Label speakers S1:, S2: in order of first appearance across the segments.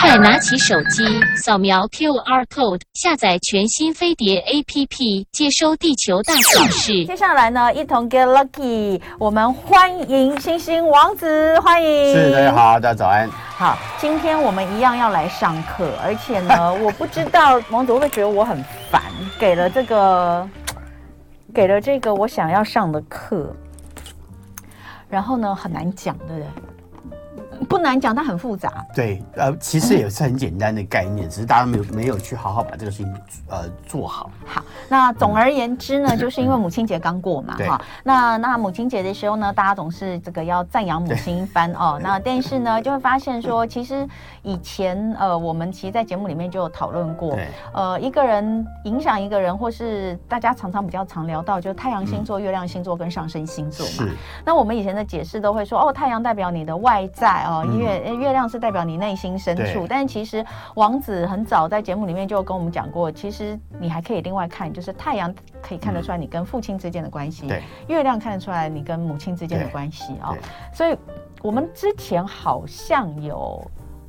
S1: 快拿起手机，扫描 QR code，下载全新飞碟 APP，接收地球大小事。
S2: 接下来呢，一同 get lucky，我们欢迎星星王子，欢迎。
S3: 是，大家。好，大家早安。
S2: 好，今天我们一样要来上课，而且 呢，我不知道王子会不会觉得我很烦，给了这个，给了这个我想要上的课，然后呢，很难讲，对不对？不难讲，但很复杂。
S3: 对，呃，其实也是很简单的概念，只是大家没有没有去好好把这个事情呃做好。
S2: 好，那总而言之呢，就是因为母亲节刚过嘛，
S3: 嗯对
S2: 哈，那那母亲节的时候呢，大家总是这个要赞扬母亲一 番哦。那但是呢，就会发现说，其实以前呃，我们其实，在节目里面就有讨论过，
S3: 对，
S2: 呃，一个人影响一个人，或是大家常常比较常聊到，就是太阳星
S3: 嗯
S2: 座、月亮星座跟上升星座嘛。
S3: 是，
S2: 那我们以前的解释都会说，哦，太阳代表你的外在哦，
S3: 嗯
S2: 月、呃月亮是代表你内心深处
S3: 对。
S2: 但其实王子很早在节目里面就跟我们讲过，其实你还可以另外看，就是太阳可以看得出来你跟父亲之间的关系，
S3: 对，
S2: 月亮看得出来你跟母亲之间的关系哦
S3: 对。
S2: 所以我们之前好像有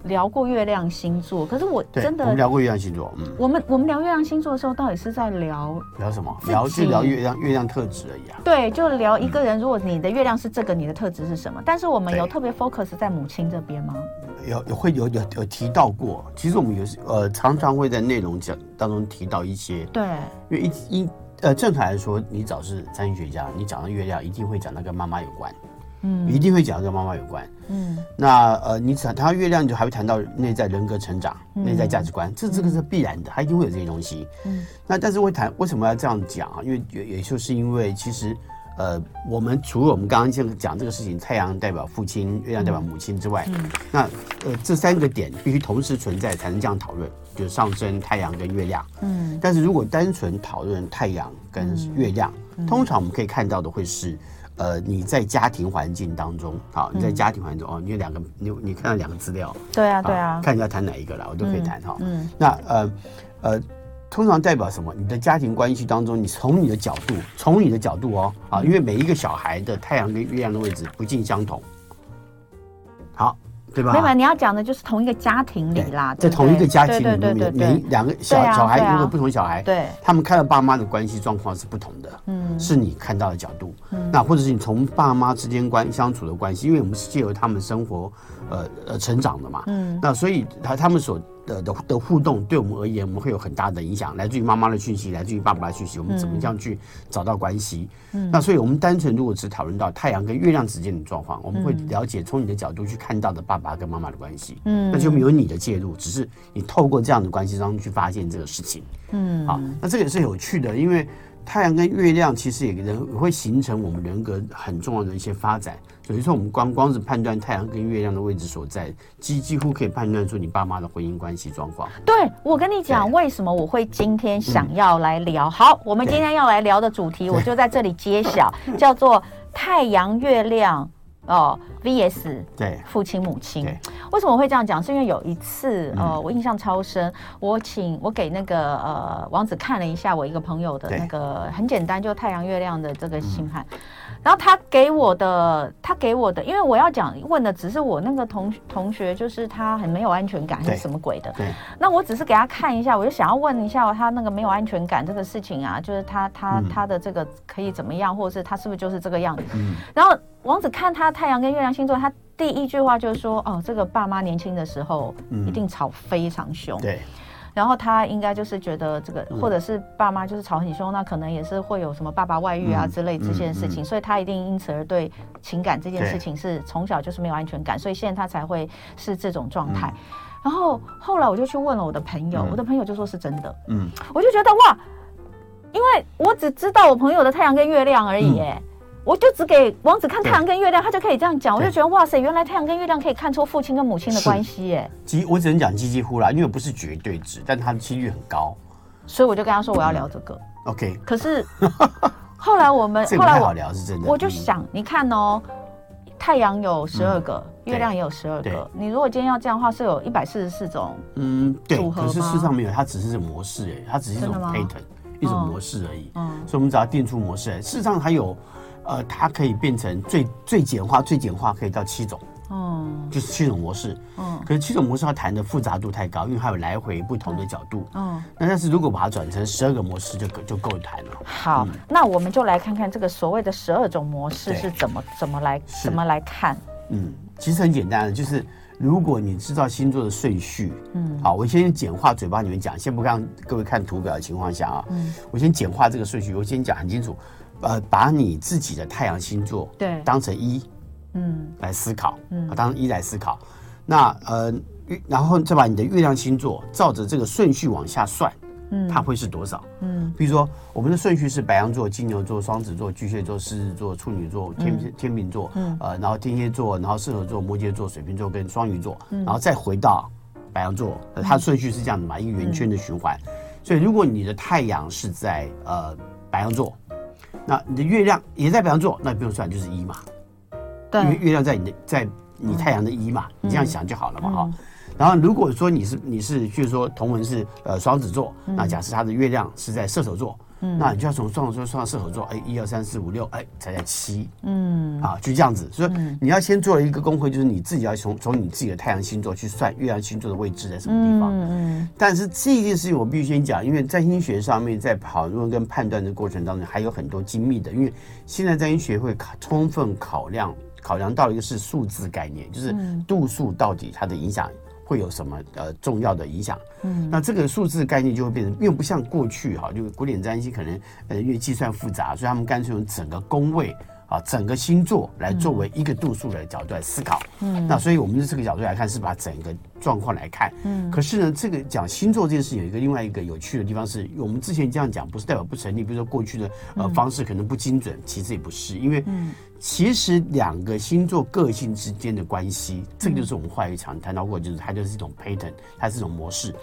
S2: 聊过月亮星座，可是我
S3: 对，
S2: 真
S3: 我们
S2: 的。
S3: 聊过月亮星座，嗯，
S2: 我们我们聊月亮星座的时候，到底是在聊
S3: 聊什么？
S2: 自己
S3: 聊就聊月亮月亮特质而已啊。
S2: 对，就聊一个人，如果你的月亮是这个，你的特质是什么？但是我们
S3: 对
S2: 有特别 focus 在母亲这边吗？
S3: 有有会有有有提到过，其实我们有时呃常常会在内容讲当中提到一些，
S2: 对，
S3: 因为一一呃正常来说，你找是占星学家，你讲到月亮一定会讲到跟妈妈有关，
S2: 嗯
S3: 一定会讲到跟妈妈有关。
S2: 嗯，
S3: 那呃，你谈谈到月亮，你就还会谈到内在人格成长、内在价值观，这这个是必然的，它一定会有这些东西。
S2: 嗯
S3: 嗯，那但是会谈为什么要这样讲啊？因为也也就是因为其实。呃，我们除了我们刚刚讲讲这个事情，太阳代表父亲，月亮代表母亲之外，那呃这三个点必须同时存在才能这样讨论，就是上升、太阳跟月亮。嗯，但是如果单纯讨论太阳跟月亮，通常我们可以看到的会是，呃，你在家庭环境当中，好，
S2: 嗯
S3: 你在家庭环境中哦，你有两个，你你看到两个资料，
S2: 对啊，对啊，
S3: 看你要谈哪一个啦，我都可以谈哈。
S2: 嗯，
S3: 那呃呃，通常代表什么？你的家庭关系当中，你从你的角度，从你的角度哦，
S2: 嗯
S3: 啊，因为每一个小孩的太阳跟月亮的位置不尽相同，好，对吧？
S2: 没有啊，你要讲的就是同一个家庭里啦，对
S3: 在
S2: 不
S3: 同一
S2: 对
S3: 个家庭
S2: 对
S3: 里
S2: 对
S3: 面，
S2: 对
S3: 每
S2: 对
S3: 每
S2: 对
S3: 两个小
S2: 对啊
S3: 小孩
S2: 对啊
S3: 如果不同小孩，
S2: 对
S3: 他们看到爸妈的关系状况是不同的，
S2: 嗯
S3: 是你看到的角度，那或者是你从爸妈之间关相处的关系，因为我们是借由他们生活，呃呃成长的嘛，
S2: 嗯
S3: 那所以他他们所的的的互动，对我们而言，我们会有很大的影响，来自于妈妈的讯息，来自于爸爸的讯息，我们怎么样去找到关系？
S2: 嗯
S3: 那所以我们单纯如果只讨论到太阳跟月亮之间的状况，我们会了解从你的角度去看到的爸爸跟妈妈的关系，
S2: 嗯
S3: 那就没有你的介入，只是你透过这样的关系当中去发现这个事情。
S2: 嗯
S3: 啊，那这个也是有趣的，因为太阳跟月亮其实也人也会形成我们人格很重要的一些发展。有时候我们光光是判断太阳跟月亮的位置所在，几几乎可以判断出你爸妈的婚姻关系状况。
S2: 对，我跟你讲，
S3: 对嗯
S2: 为什么我会今天想要来聊？好，我们今天要来聊的主题，我就在这里揭 晓，叫做太阳、月亮哦，VS
S3: 对
S2: 父亲母亲
S3: 对。嗯
S2: 为什么我会这样讲？是因为有一次，呃，我印象超深，我请我给那个呃王子看了一下我一个朋友的
S3: 对嗯
S2: 那个很简单，就太阳月亮的这个星盘。然后他给我的，他给我的，因为我要讲问的只是我那个同同学，就是他很没有安全感，还
S3: 对
S2: 是什么鬼的？
S3: 对，
S2: 那我只是给他看一下，我就想要问一下他那个没有安全感这个事情啊，就是他他
S3: 嗯
S2: 他的这个可以怎么样，或者是他是不是就是这个样子？
S3: 嗯
S2: 然后王子看他太阳跟月亮星座，他第一句话就是说，哦，这个爸妈年轻的时候
S3: 嗯
S2: 一定吵非常凶，
S3: 对
S2: 然后他应该就是觉得这个，
S3: 嗯
S2: 或者是爸妈就是吵很凶，那可能也是会有什么爸爸外遇啊
S3: 嗯
S2: 之类这些事情，所以他一定因此而对情感这件事情是从小就是没有安全感，所以现在他才会是这种状态。然后后来我就去问了我的朋友，
S3: 嗯
S2: 我的朋友就说是真的，
S3: 嗯，
S2: 我就觉得哇，因为我只知道我朋友的太阳跟月亮而已，哎、我就只给王子看太阳跟月亮，他就可以这样讲，我就
S3: 嗯对
S2: 觉得哇塞，原来太阳跟月亮可以看出父亲跟母亲的
S3: 是
S2: 关系，哎，
S3: 几我只能讲几几乎啦，因为不是绝对值，但它的几率很高。
S2: 所以我就跟他说我要聊这个。
S3: OK，
S2: 可是后来我们，
S3: 这
S2: 后
S3: 个不
S2: 来
S3: 太好
S2: 我
S3: 聊，是真的。
S2: 我就
S3: 嗯
S2: 想，你看哦，太阳有十二个，
S3: 嗯对
S2: 月亮也有十二个
S3: 对。
S2: 你如果今天要这样的话，是有一百四十四种。
S3: 嗯，对
S2: 组，合
S3: 可是
S2: 吗
S3: 事实上没有，它只是一种模式，哎，它只是一种
S2: 真的吗
S3: pattern，一种
S2: 嗯
S3: 模式而已。
S2: 嗯
S3: 所以我们只要定出模式来。事实上还有，呃，它可以变成最最简化，最简化可以到七种。
S2: 嗯
S3: 就是七种模式。
S2: 嗯
S3: 可是七种模式要谈的复杂度太高，因为它有来回不同的角度。
S2: 嗯，
S3: 那但是如果把它转成十二个模式就够就够谈了。
S2: 好，那我们就来看看这个所谓的十二种模式
S3: 嗯对
S2: 是怎么怎么来
S3: 是
S2: 怎么来看。
S3: 嗯，其实很简单的，就是如果你知道星座的顺序，嗯，好，我先简化嘴巴里面讲，先不让各位看图表的情况下啊，嗯，我先简化这个顺序，我先讲很清楚，呃，把你自己的太阳星座
S2: 对
S3: 当成一
S2: 嗯
S3: 来思考，嗯，当成一来思考，那呃，月然后再把你的月亮星座照着这个顺序往下算，嗯，它会是多少？
S2: 嗯
S3: 比如说，我们的顺序是白羊座、金牛座、双子座、巨蟹座、狮子座、处女座、天天秤座，呃，然后天蝎座，然后射手座、摩羯座、水瓶座跟双鱼座，然后再回到白羊座，呃它的顺序是这样的嘛，一个圆圈的循环。所以，如果你的太阳是在呃白羊座，那你的月亮也在白羊座，那不用算，就是一嘛，因为
S2: 对
S3: 月亮在你的在你太阳的一嘛，你这样想就好了嘛哈。然后如果说你是你是，就是说同文是呃双子座，那假设他的月亮是在射手座，那你就要从双子座算到射手座，哎，一二三四五六，哎，才在七，嗯，啊，就这样子。所以你要先做一个功课，就是你自己要从从你自己的太阳星座去算月亮星座的位置在什么地方。
S2: 嗯
S3: 但是这件事情我必须先讲，因为占星学上面在讨论跟判断的过程当中，还有很多精密的，因为现在占星学会考充分考量考量到一个是数字概念，就是度数到底它的影响。会有什么呃重要的影响？嗯，那这个数字概念就会变成，因为不像过去哈，就是古典占星可能呃因为计算复杂，所以他们干脆用整个宫位啊，整个星座来作为一个度数的角度来思考。嗯，那所以我们的这个角度来看，是把整个状况来看。嗯，可是呢，这个讲星座这件事有一个另外一个有趣的地方是，我们之前这样讲不是代表不成立，比如说过去的呃方式可能不精准，其实也不是，因为其实两个星座个性之间的关系，这个就是我们话语常谈到过，就是它就是一种 pattern，它是一种模式。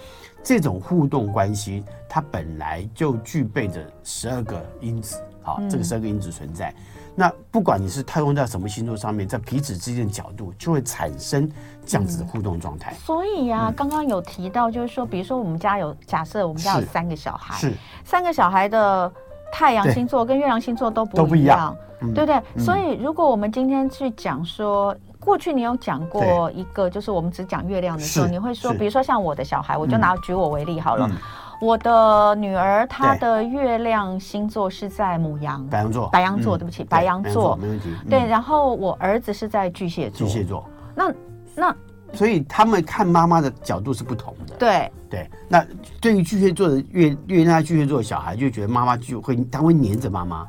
S3: 这种互动关系，它本来就具备着十二个因子，好，
S2: 嗯
S3: 这个十二个因子存在。那不管你是套用在什么星座上面，在彼此之间的角度，就会产生这样子的互动状态。
S2: 所以呀、
S3: 嗯
S2: 刚刚有提到，就是说，比如说我们家有假设，我们家有
S3: 是
S2: 三个小孩，
S3: 是，
S2: 三个小孩的太阳
S3: 对
S2: 星座跟月亮星座都不
S3: 都不一样嗯
S2: 对不对？所以如果我们今天去讲说。过去你有讲过一个，就是我们只讲月亮的时候，
S3: 是
S2: 你会说，
S3: 是
S2: 比如说像我的小孩，我就拿举我为例好了，
S3: 嗯
S2: 我的女儿她
S3: 对
S2: 的月亮星座是在母羊，
S3: 白羊座，
S2: 白羊座
S3: 嗯
S2: 对不起白羊座
S3: 没问题。嗯
S2: 对，，然后我儿子是在巨蟹座，
S3: 巨蟹座。
S2: 那那
S3: 所以他们看妈妈的角度是不同的。
S2: 对
S3: 对，那对于巨蟹座的月月亮巨蟹座的小孩，就觉得妈妈就会他会黏着妈妈，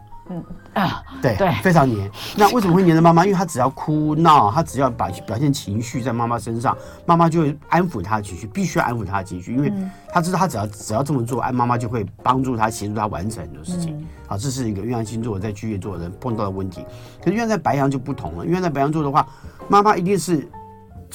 S2: 啊，
S3: 对，
S2: 对
S3: 非常黏。那为什么会黏着妈妈？因为他只要哭闹，他只要把表现情绪在妈妈身上，妈妈就会安抚他的情绪，必须要安抚他的情绪，因为
S2: 嗯
S3: 他知道他只要只要这么做，安妈妈就会帮助他协助他完成很多事情。
S2: 嗯
S3: 好，这是一个月亮星座在巨蟹座的人碰到的问题。可是月亮在白羊就不同了，月亮在白羊座的话，妈妈一定是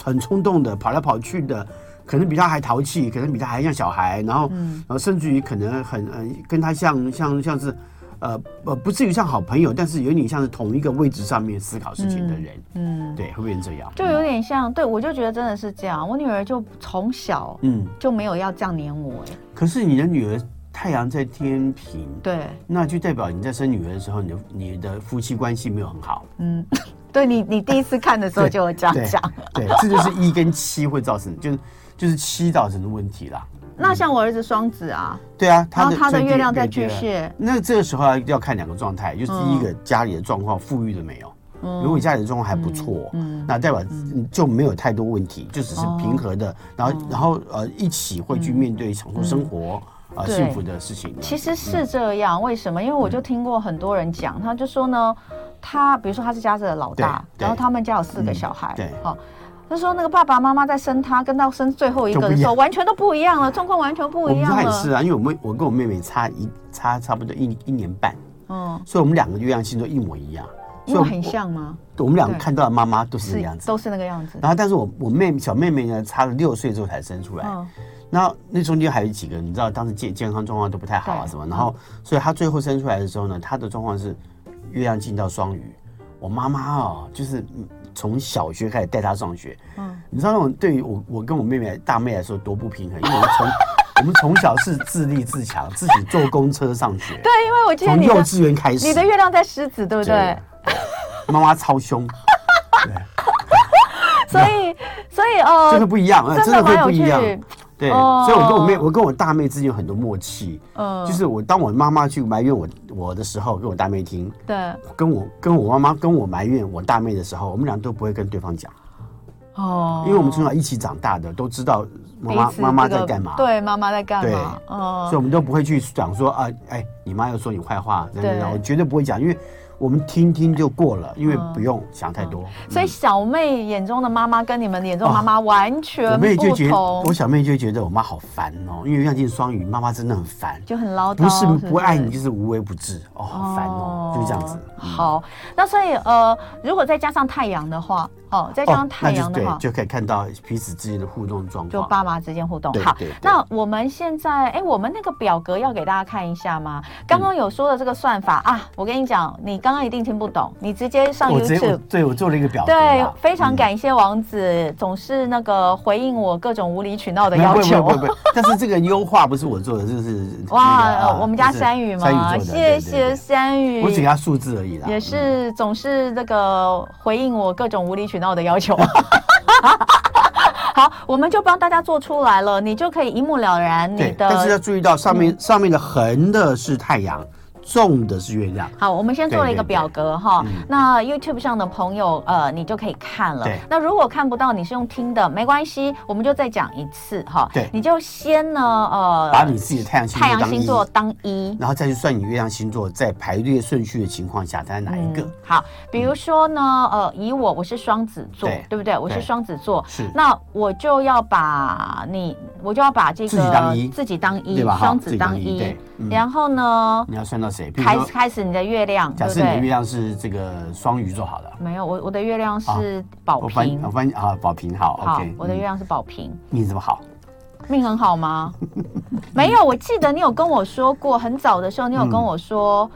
S3: 很冲动的，跑来跑去的，可能比他还淘气，可能比他还像小孩，然后，
S2: 嗯
S3: 然后甚至于可能很呃跟他像像像是，呃呃不至于像好朋友，但是有点像是同一个位置上面思考事情的人，
S2: 嗯，
S3: 对，会变成这样，
S2: 就有点像，对我就觉得真的是这样，我女儿就从小
S3: 嗯。
S2: 就没有要这样黏我，哎，
S3: 可是你的女儿太阳在天平，
S2: 对。
S3: 那就代表你在生女儿的时候，你的你的夫妻关系没有很好，
S2: 嗯，对你，你第一次看的时候就有这样
S3: 对
S2: 讲。
S3: 对，这就是一跟七会造成，就是就是七造成的问题啦。
S2: 那像我儿子双子啊，
S3: 对啊，
S2: 然后
S3: 的
S2: 他的
S3: 最低
S2: 月亮在
S3: 对
S2: 巨
S3: 对啊
S2: 蟹，
S3: 那这个时候要看两个状态，就是第一个家里的状况富裕了没有。
S2: 嗯
S3: 如果家里的状况还不错，那代表就没有太多问题，就只是平和的，然
S2: 嗯
S3: 后然后呃一起会去面对享受生活啊
S2: 嗯对
S3: 幸福的事情。
S2: 其实是这样。为什么？因为我就听过很多人讲，他就说呢，他比如说他是家里的老大，
S3: 对对
S2: 然后他们家有四个小孩
S3: 嗯，对
S2: 好。他说：“那个爸爸妈妈在生他，跟到生最后一个
S3: 都不
S2: 的
S3: 一样
S2: 时候，完全都不一样了，状况完全不
S3: 我
S2: 一
S3: 们
S2: 样
S3: 家
S2: 了。
S3: 也是啊，因为我妹我跟我妹妹差一差差不多一一年半，
S2: 嗯，
S3: 所以我们两个月亮星座一模一样，
S2: 因
S3: 所以
S2: 为
S3: 我
S2: 很，像吗？
S3: 我们两个
S2: 对
S3: 看到的妈妈都是这个
S2: 是
S3: 样，子。
S2: 都是那个样子。
S3: 然后，但是我我妹小妹妹呢，差了六岁之后才生出来，
S2: 嗯，
S3: 那那中间还有几个，你知道当时健健康状况都不太好啊
S2: 对嗯
S3: 什么，然后所以他最后生出来的时候呢，他的状况是月亮进到双鱼。我妈妈哦，就是嗯从小学开始带他上学，
S2: 嗯
S3: 你知道那种对于我我跟我妹妹大妹来说多不平衡，因为我们从我们从小是自立自强，自己坐公车上学，
S2: 对，因为我记得
S3: 从
S2: 你
S3: 幼
S2: 的
S3: 稚园开始，
S2: 你的月亮在狮子，对不对？
S3: 妈妈超凶，
S2: 所以所以
S3: 真
S2: 呃
S3: 的，不一样，呃
S2: 真
S3: 真
S2: 的
S3: 的会
S2: 蛮有
S3: 不一样。
S2: 趣，
S3: 对，
S2: 哦
S3: 所以我跟我妹，我跟我大妹之间有很多默契。
S2: 嗯，
S3: 就是我当我妈妈去埋怨我我的时候，跟我大妹听，
S2: 嗯对
S3: 跟我跟我妈妈跟我埋怨我大妹的时候，我们俩都不会跟对方讲，
S2: 哦，
S3: 因为我们从小一起长大的，都知道妈妈
S2: 彼此
S3: 妈妈
S2: 这个
S3: 在干嘛。
S2: 对，妈妈在干
S3: 对
S2: 嘛？
S3: 所以我
S2: 嗯，
S3: 们都不会去讲说啊，哎，你妈又说你坏话，怎样怎样，
S2: 对
S3: 我绝对不会讲，因为我们听听就过了，因为
S2: 嗯
S3: 不用想太多。
S2: 所以
S3: 嗯
S2: 小妹眼中的妈妈跟你们眼中的
S3: 哦
S2: 妈妈完
S3: 我
S2: 全
S3: 妹就
S2: 不
S3: 觉得，
S2: 同
S3: 我，小妹就觉得我妈好烦哦，因为像进双鱼，妈妈真的很烦，
S2: 就很唠叨，
S3: 不是不爱
S2: 是
S3: 你就是无微不至，哦，好烦哦，就是这样子。嗯
S2: 好，那所以呃，如果再加上太阳的话，哦，再加上
S3: 哦，
S2: 太
S3: 那就
S2: 阳
S3: 是
S2: 的
S3: 对
S2: 话，，
S3: 就可以看到彼此之间的互动状
S2: 就
S3: 况。
S2: 爸妈之间互动。
S3: 对
S2: 好
S3: 对对，
S2: 那我们现在，哎，我们那个表格要给大家看一下吗？刚刚有说的这个算法啊，我跟你讲，你刚刚一定听不懂，你直接上
S3: 我直接我
S2: YouTube。
S3: 对我做了一个表格
S2: 对
S3: 啦，，
S2: 非常
S3: 嗯
S2: 感谢王子，总是那个回应我各种无理取闹的要
S3: 哎不
S2: 求。
S3: 不不 不不，但是这个优化不是我做的，这是那个
S2: 哇呃
S3: 啊，
S2: 我们家
S3: 就是
S2: 山雨
S3: 山
S2: 嘛，
S3: 雨做的，
S2: 谢
S3: 对啊对
S2: 谢
S3: 对
S2: 山雨。
S3: 我只给他数字而已啦，
S2: 也
S3: 嗯。
S2: 是总是那个回应我各种无理取闹的要 求。好，我们就帮大家做出来了，你就可以一目了然你
S3: 对，但是要
S2: 的。嗯
S3: 注意到上面上面的横的是太阳，纵的是月亮。
S2: 好，我们先做了一个
S3: 对对对
S2: 表格哈
S3: 嗯，
S2: 那 YouTube 上的朋友，呃，你就可以看了
S3: 对。
S2: 那如果看不到，你是用听的，没关系，我们就再讲一次哈。
S3: 对
S2: 你就先呢，呃，
S3: 把你自己的太阳星座
S2: 太阳星座
S3: 当
S2: 当一
S3: 一，，然后再去算你月亮星座，在排列顺序的情况下，它是哪一个？
S2: 嗯好，比如说呢，呃，以我我是双子座，
S3: 对
S2: 对不对？我是
S3: 对
S2: 双子座，
S3: 是
S2: 那我就要把你，我就要把这个
S3: 自己当一
S2: 自己当一
S3: 对吧哈
S2: 双子
S3: 自己当
S2: 当
S3: 一
S2: 一
S3: 对，嗯
S2: 然后呢，
S3: 你要算到谁？比如
S2: 开
S3: 说，
S2: 开始你的月亮，对
S3: 假
S2: 不
S3: 设你的月
S2: 对？
S3: 亮是这个双鱼座好了，
S2: 没有，我我的月亮是
S3: 我
S2: 宝
S3: 翻
S2: 瓶
S3: 我，翻啊，宝瓶好
S2: 好
S3: ，OK，，
S2: 我的
S3: 嗯
S2: 月亮是宝瓶，
S3: 你怎么好？
S2: 命很好 吗？没有，我记得你有跟我说过，很早的时候你有跟
S3: 嗯
S2: 我说。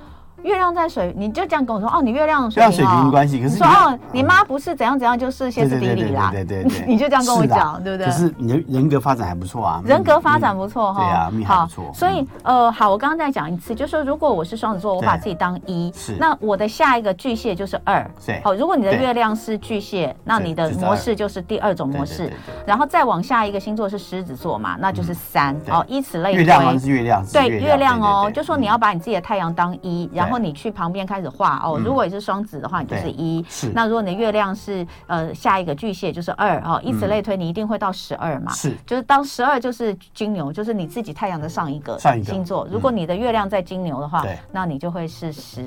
S2: 月亮在水，你就这样跟我说哦，你月亮水
S3: 月亮
S2: 瓶
S3: 水瓶
S2: 哦
S3: 关系可是
S2: 你说
S3: 你要
S2: 哦，你妈不是怎样怎样，就是歇斯底里啦，
S3: 对对对对对对
S2: 你就这样跟我
S3: 是啦
S2: 讲，对不对？
S3: 可是你的人格发展还不错啊，
S2: 人格发
S3: 嗯
S2: 展不错哈、
S3: 对啊命还不错
S2: 所以呃，好，我刚刚再讲一次，就是说如果我是双子座，我
S3: 对
S2: 把自己当一，
S3: 是
S2: 那我的下一个巨蟹就是二，
S3: 对
S2: 好，如果你的
S3: 对
S2: 月亮是巨蟹，那
S3: 对
S2: 你的
S3: 就是二
S2: 模式就是第二种模
S3: 对
S2: 式
S3: 对对对，
S2: 然后再往下一个星座是狮子座嘛，那就是三，
S3: 嗯
S2: 哦
S3: 对
S2: 好，以此类
S3: 月
S2: 推。
S3: 亮吗？是月亮，是
S2: 对月亮哦，就说你。要
S3: 对对对嗯
S2: 把你自己的太阳当一，然后你去旁边开始画哦。
S3: 嗯
S2: 如果你是双子的话，你就是
S3: 对
S2: 一。
S3: 是
S2: 那如果你的月亮是呃下一个巨蟹，就是二哦，以
S3: 嗯
S2: 此类推，你一定会到十二嘛。
S3: 是
S2: 就是当十二就是金牛，就是你自己太阳的上一个
S3: 上一个
S2: 星座。
S3: 嗯
S2: 如果你的月亮在金牛的话
S3: 对，嗯
S2: 那你就会是十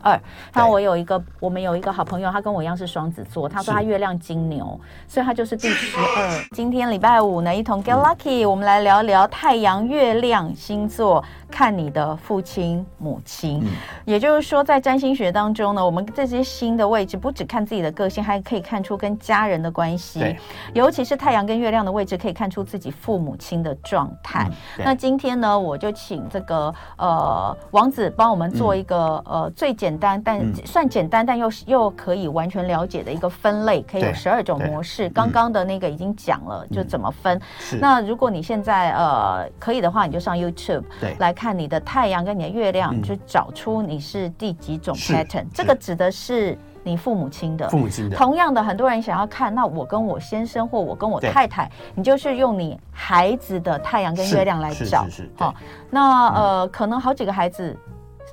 S2: 二。那
S3: 对
S2: 我有一个，我们有一个好朋友，他跟我一样是双子座，他说
S3: 是
S2: 他月亮金牛，所以他就是第十 二。今天礼拜五呢，一同
S3: 嗯
S2: get lucky，、我们来聊聊太阳、月亮星座，看你的父亲、母亲。
S3: 嗯
S2: 也就是说，在占星学当中呢，我们这些星的位置不只看自己的个性，还可以看出跟家人的关系
S3: 对。
S2: 尤其是太阳跟月亮的位置，可以看出自己父母亲的状态。
S3: 嗯对
S2: 那今天呢，我就请这个呃王子帮我们做一个、呃最简单但、
S3: 嗯
S2: 算简单但又又可以完全了解的一个分类，可以有
S3: 对
S2: 十二种
S3: 对嗯
S2: 模式。刚刚的那个已经讲了，就怎么分。
S3: 是
S2: 那如果你现在呃可以的话，你就上 YouTube
S3: 对
S2: 来看你的太阳跟你的月亮，
S3: 嗯
S2: 就找出你是第几种
S3: 是
S2: pattern
S3: 是。
S2: 这个指的是你父母亲的
S3: 父。母亲的
S2: 同样的，很多人想要看，那我跟我先生或我跟我
S3: 对
S2: 太太，你就是用你孩子的太阳跟
S3: 是
S2: 月亮来
S3: 是
S2: 找
S3: 是是，
S2: 好、
S3: 对嗯
S2: 那呃，可能好几个孩子，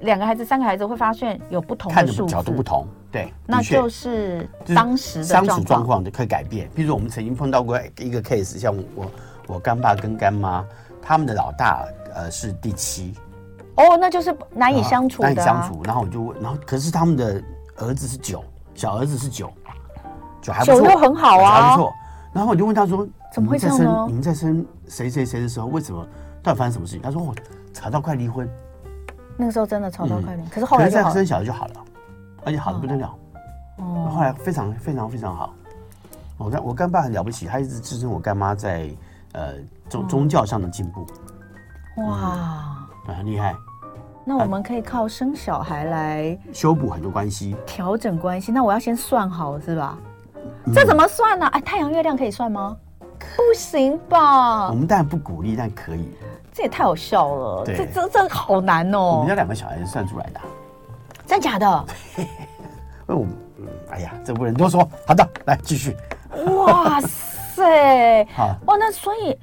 S2: 两个孩子、三个孩子会发现有不同
S3: 看
S2: 的
S3: 的
S2: 数
S3: 角度不
S2: 字，
S3: 同，对，
S2: 那
S3: 的确
S2: 就是
S3: 就是
S2: 当时的
S3: 相处状
S2: 状况。
S3: 况的可以改变。比如我们曾经碰到过一个 case，像我我干爸跟干妈，他们的老大呃是第七，
S2: 哦，那就是难以
S3: 然后
S2: 相处的、啊，
S3: 难以相处。然后我就问，然后可是他们的儿子是九，小儿子是九，九还不错，
S2: 九就很好啊
S3: 九还不错。然后我就问他说，
S2: 怎么会
S3: 你们在
S2: 这样呢
S3: 生你们在生谁谁谁的时候，为什么到底发生什么事情？他说我哦吵到快离婚，
S2: 那个时候真的超到快点，可是后
S3: 嗯可
S2: 来
S3: 是
S2: 就
S3: 再
S2: 好了
S3: 生。小孩就好了，而且好的不得了。
S2: 哦，
S3: 后来非常非常非常好。我干我干爸很了不起，他一直支撑我干妈在呃
S2: 嗯
S3: 宗宗教上的进步，
S2: 哇，
S3: 啊很厉害，
S2: 那我们可以靠生小孩来
S3: 修补很多关系。
S2: 调整关系。那我要先算好是吧？
S3: 嗯
S2: 这怎么算呢、哎，太阳、月亮可以算吗？不行吧
S3: 我？们当然不鼓励，但可以。
S2: 这也太好笑了，
S3: 对
S2: 这这这好难
S3: 我
S2: 哦
S3: 们家！两个小孩是算出来的啊，
S2: 真假的？
S3: 因为我们嗯哎呀，这不能多说。好的，来继续。
S2: 哇塞，
S3: 好，
S2: 哇，那所以。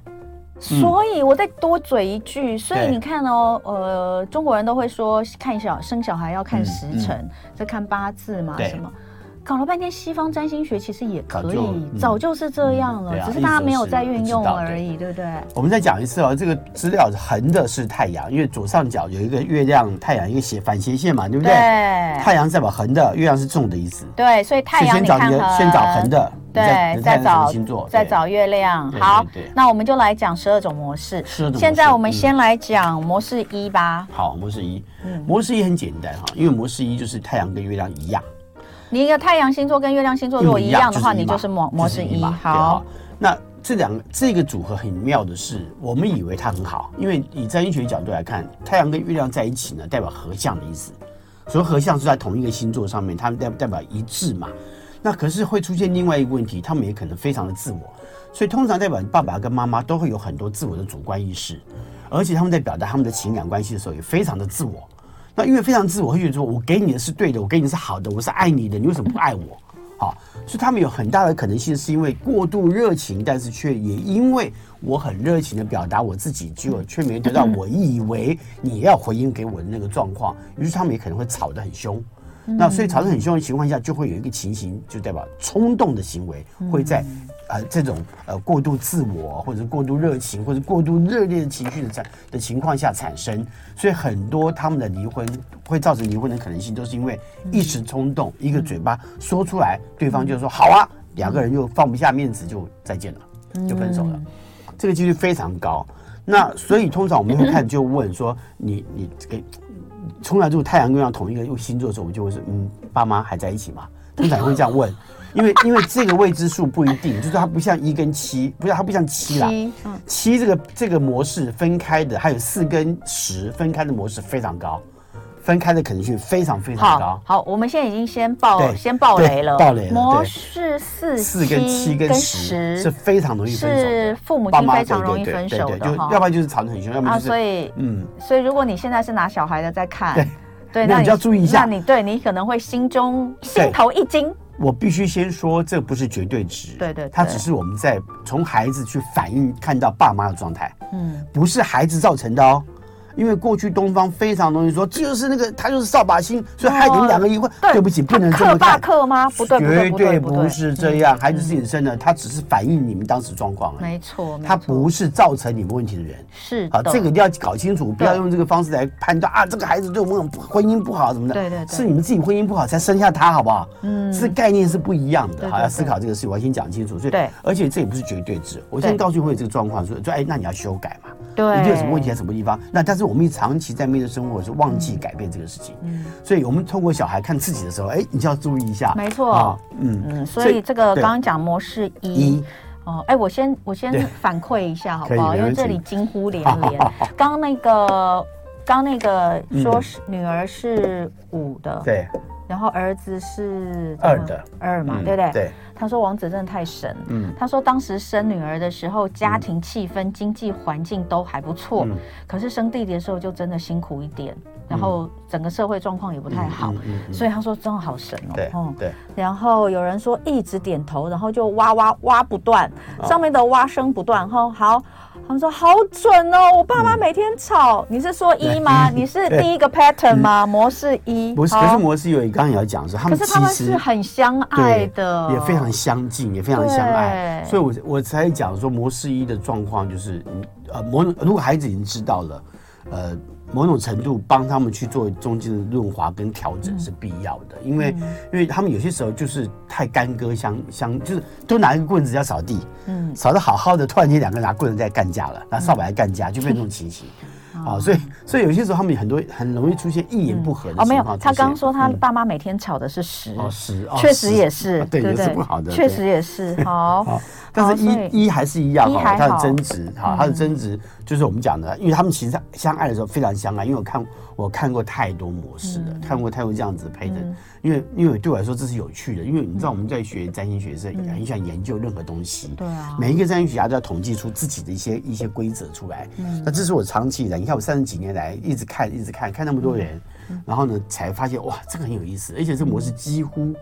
S2: 所以，我再多嘴一句。
S3: 嗯
S2: 所以你看哦，呃，中国人都会说看小生小孩要看时辰，再看八字嘛，
S3: 嗯对
S2: 什么。搞了半天，西方占星学其实也可
S3: 早
S2: 以，
S3: 就
S2: 早
S3: 嗯
S2: 就是这样了，
S3: 对啊
S2: 只是大家没有在
S3: 一直是
S2: 运用
S3: 不知道
S2: 而已，对不对？
S3: 我们再讲一次哦，这个资料横的是太阳，因为左上角有一个月亮、太阳一个斜反斜线嘛，对不对？太阳是代表横的，月亮是纵的意思。
S2: 对，所以太阳
S3: 所以先
S2: 你
S3: 找
S2: 看
S3: 你的，先找横的，你再
S2: 对，
S3: 你
S2: 再
S3: 看什么
S2: 找
S3: 星座，
S2: 再
S3: 对
S2: 找月亮。
S3: 对
S2: 好
S3: 对对，
S2: 那我们就来讲十二种模式。
S3: 12种模式
S2: 现在我们
S3: 嗯
S2: 先嗯来讲模式一吧。
S3: 好模式一，模式一很简单哈，因为模式一就是太阳跟月亮一样，
S2: 你一个太阳星座跟月亮星座如果一样的话，你就是模模式一。啊
S3: 嘛对
S2: 好
S3: 哈，那这两个这个组合很妙的是，我们以为它很好，因为以占星学角度来看，太阳跟月亮在一起呢，代表合相的意思。所以合相是在同一个星座上面，它们代代表一致嘛。那可是会出现另外一个问题，他们也可能非常的自我，所以通常代表爸爸跟妈妈都会有很多自我的主观意识，而且他们在表达他们的情感关系的时候也非常的自我。那因为非常自我，会觉得说我给你的是对的，我给你的是好的，我是爱你的，你为什么不爱我？好，所以他们有很大的可能性是因为过度热情，但是却也因为我很热情的表达我自己，结果却没得到我以为你要回应给我的那个状况，于是他们也可能会吵得很凶。那所以吵得很凶的情况下，就会有一个情形，就代表冲动的行为会在呃这种呃过度自我或者过度热情或者过度热烈的情绪的产的情况下产生。所以很多他们的离婚会造成离婚的可能性，都是因为一时冲动，一个嘴巴说出来，对方就说好啊，两个人又放不下面子，就再见了，就分手了。这个几率非常高。那所以通常我们会看就问说你你给从来就是太阳跟月亮同一个星座的时候，我们就会说，嗯，爸妈还在一起吗？通常会这样问，因为因为这个未知数不一定，就是它不像一跟七，不是它不像七啦，
S2: 七，嗯，
S3: 七这个这个模式分开的，还有四跟十分开的模式非常高，分开的可能性非常非常
S2: 好
S3: 高。
S2: 好，我们现在已经先爆
S3: 对
S2: 先爆雷了，
S3: 对爆雷了
S2: 模
S3: 对
S2: 式四
S3: 四跟七跟十是非常容易分手的
S2: 是，父母
S3: 爸
S2: 亲
S3: 妈
S2: 非常容易
S3: 对对
S2: 分
S3: 对
S2: 手
S3: 对
S2: 的
S3: 就要不
S2: 哈。
S3: 然就是吵得很凶，要么
S2: 啊，
S3: 就是、
S2: 所以
S3: 嗯，
S2: 所以如果你现在是拿小孩的在看，对
S3: 那你就要注意一下
S2: 那你对你可能会心中心
S3: 对
S2: 头一惊，
S3: 我必须先说，这不是绝对值，
S2: 对对对
S3: 它只是我们在从孩子去反映看到爸妈的状态，
S2: 嗯，
S3: 不是孩子造成的哦。因为过去东方非常容易说，这就是那个他就是扫把星，所以害你们两个离婚。对不起，不能这
S2: 哦克
S3: 么
S2: 爸
S3: 看。
S2: 克妈，不对不对
S3: 绝
S2: 不
S3: 对
S2: 对不嗯
S3: 不
S2: 对，
S3: 是这样，孩子自己生的，他只是反映你们当时状况而已，
S2: 嗯没错，没
S3: 他
S2: 错
S3: 不是造成你们问题的人。
S2: 是
S3: 好，
S2: 的
S3: 啊这个一定要搞清楚，不要
S2: 对
S3: 用这个方式来判断啊，这个孩子对我们很不婚姻不好什么的。
S2: 对对对
S3: 是你们自己婚姻不好才生下他，好不好？嗯，是概念是不一样
S2: 对
S3: 的，好，要
S2: 对
S3: 思考这个事，我要先讲清楚。所以
S2: 对
S3: 而且这也不是绝对值，我
S2: 对
S3: 先告诉你会有这个状况，说说哎，那你要修改嘛。
S2: 对
S3: 一定有什么问题在什啊么地方。那但是我们长期在面对生活是忘记改变这个事情，所以我们透过小孩看自己的时候，哎，你就要注意一下。
S2: 嗯没错
S3: 啊嗯
S2: 嗯，所以这个
S3: 对
S2: 刚刚讲模式一
S3: 一。
S2: 哦，哎，我先我先
S3: 对
S2: 反馈一下好
S3: 可以
S2: 不好？
S3: 没
S2: 因为
S3: 问题
S2: 这里惊呼连连。 刚刚那个，刚刚那个说是女儿是五的，
S3: 嗯对
S2: 然后儿子是
S3: 二的，
S2: 二嘛，
S3: 嗯
S2: 对不对？
S3: 对。
S2: 他说王子真的太神，
S3: 嗯
S2: 他说当时生女儿的时候，家庭气氛、经济环境都还不错，
S3: 嗯
S2: 可是生弟弟的时候就真的辛苦一点，然后整个社会状况也不太好，
S3: 嗯嗯嗯
S2: 所以他说真的好神哦。
S3: 对
S2: 哦
S3: 对
S2: 然后有人说一直点头，然后就哇哇哇不断，
S3: 哦
S2: 上面的哇声不断。吼，好，他们说好准哦，我爸妈每天
S3: 嗯
S2: 吵。你是说一吗？你 是第一个 pattern 吗？模式一，
S3: 不是，
S2: 好
S3: 可是，模式有你刚刚也要讲说，他
S2: 可
S3: 们
S2: 是
S3: 其
S2: 他们
S3: 实
S2: 是很相爱
S3: 对
S2: 的，
S3: 也非常相近，也非常相爱，
S2: 对
S3: 所以我我才讲说模式一的状况就是，嗯呃，某种如果孩子已经知道了，呃，某种程度帮他们去做中间的润滑跟调整是必要的，
S2: 嗯
S3: 因为、因为他们有些时候就是太干戈相相，就是都拿一个棍子要扫地，
S2: 嗯
S3: 扫得好好的，突然间两个拿棍子在干架了，拿扫把来干架，就变成这种 情形。啊、所以所以有些时候他们很多很容易出现一言不合的
S2: 哦哦，没
S3: 情
S2: 有
S3: 况出
S2: 他
S3: 现、，
S2: 刚说他
S3: 嗯
S2: 爸妈每天吵的是十，
S3: 哦是，哦
S2: 确实
S3: 是
S2: 也是
S3: 啊，对，
S2: 不
S3: 也是
S2: 对
S3: 不好的，
S2: 确
S3: 对
S2: 实也是。 好
S3: 好，但是
S2: 好哦所以
S3: 一一还是一样
S2: 一
S3: 哈，
S2: 还
S3: 它
S2: 好嗯
S3: 的争执哈，它的争执就是我们讲的，因为他们其实相爱的时候非常相爱，因为我看我看过太多模式
S2: 嗯
S3: 了，看过太多这样子配的，因为因为对我来说这是有趣的，因为你知道我们在学占星学的时候，也很喜欢研究任何东西，
S2: 嗯对啊
S3: 每一个占星学家都要统计出自己的一些一些规则出来，那这是我长期以来，你看我三十几年来一直看一直看看那么多人，然后呢才发现哇，这个很有意思，而且这个模式几乎。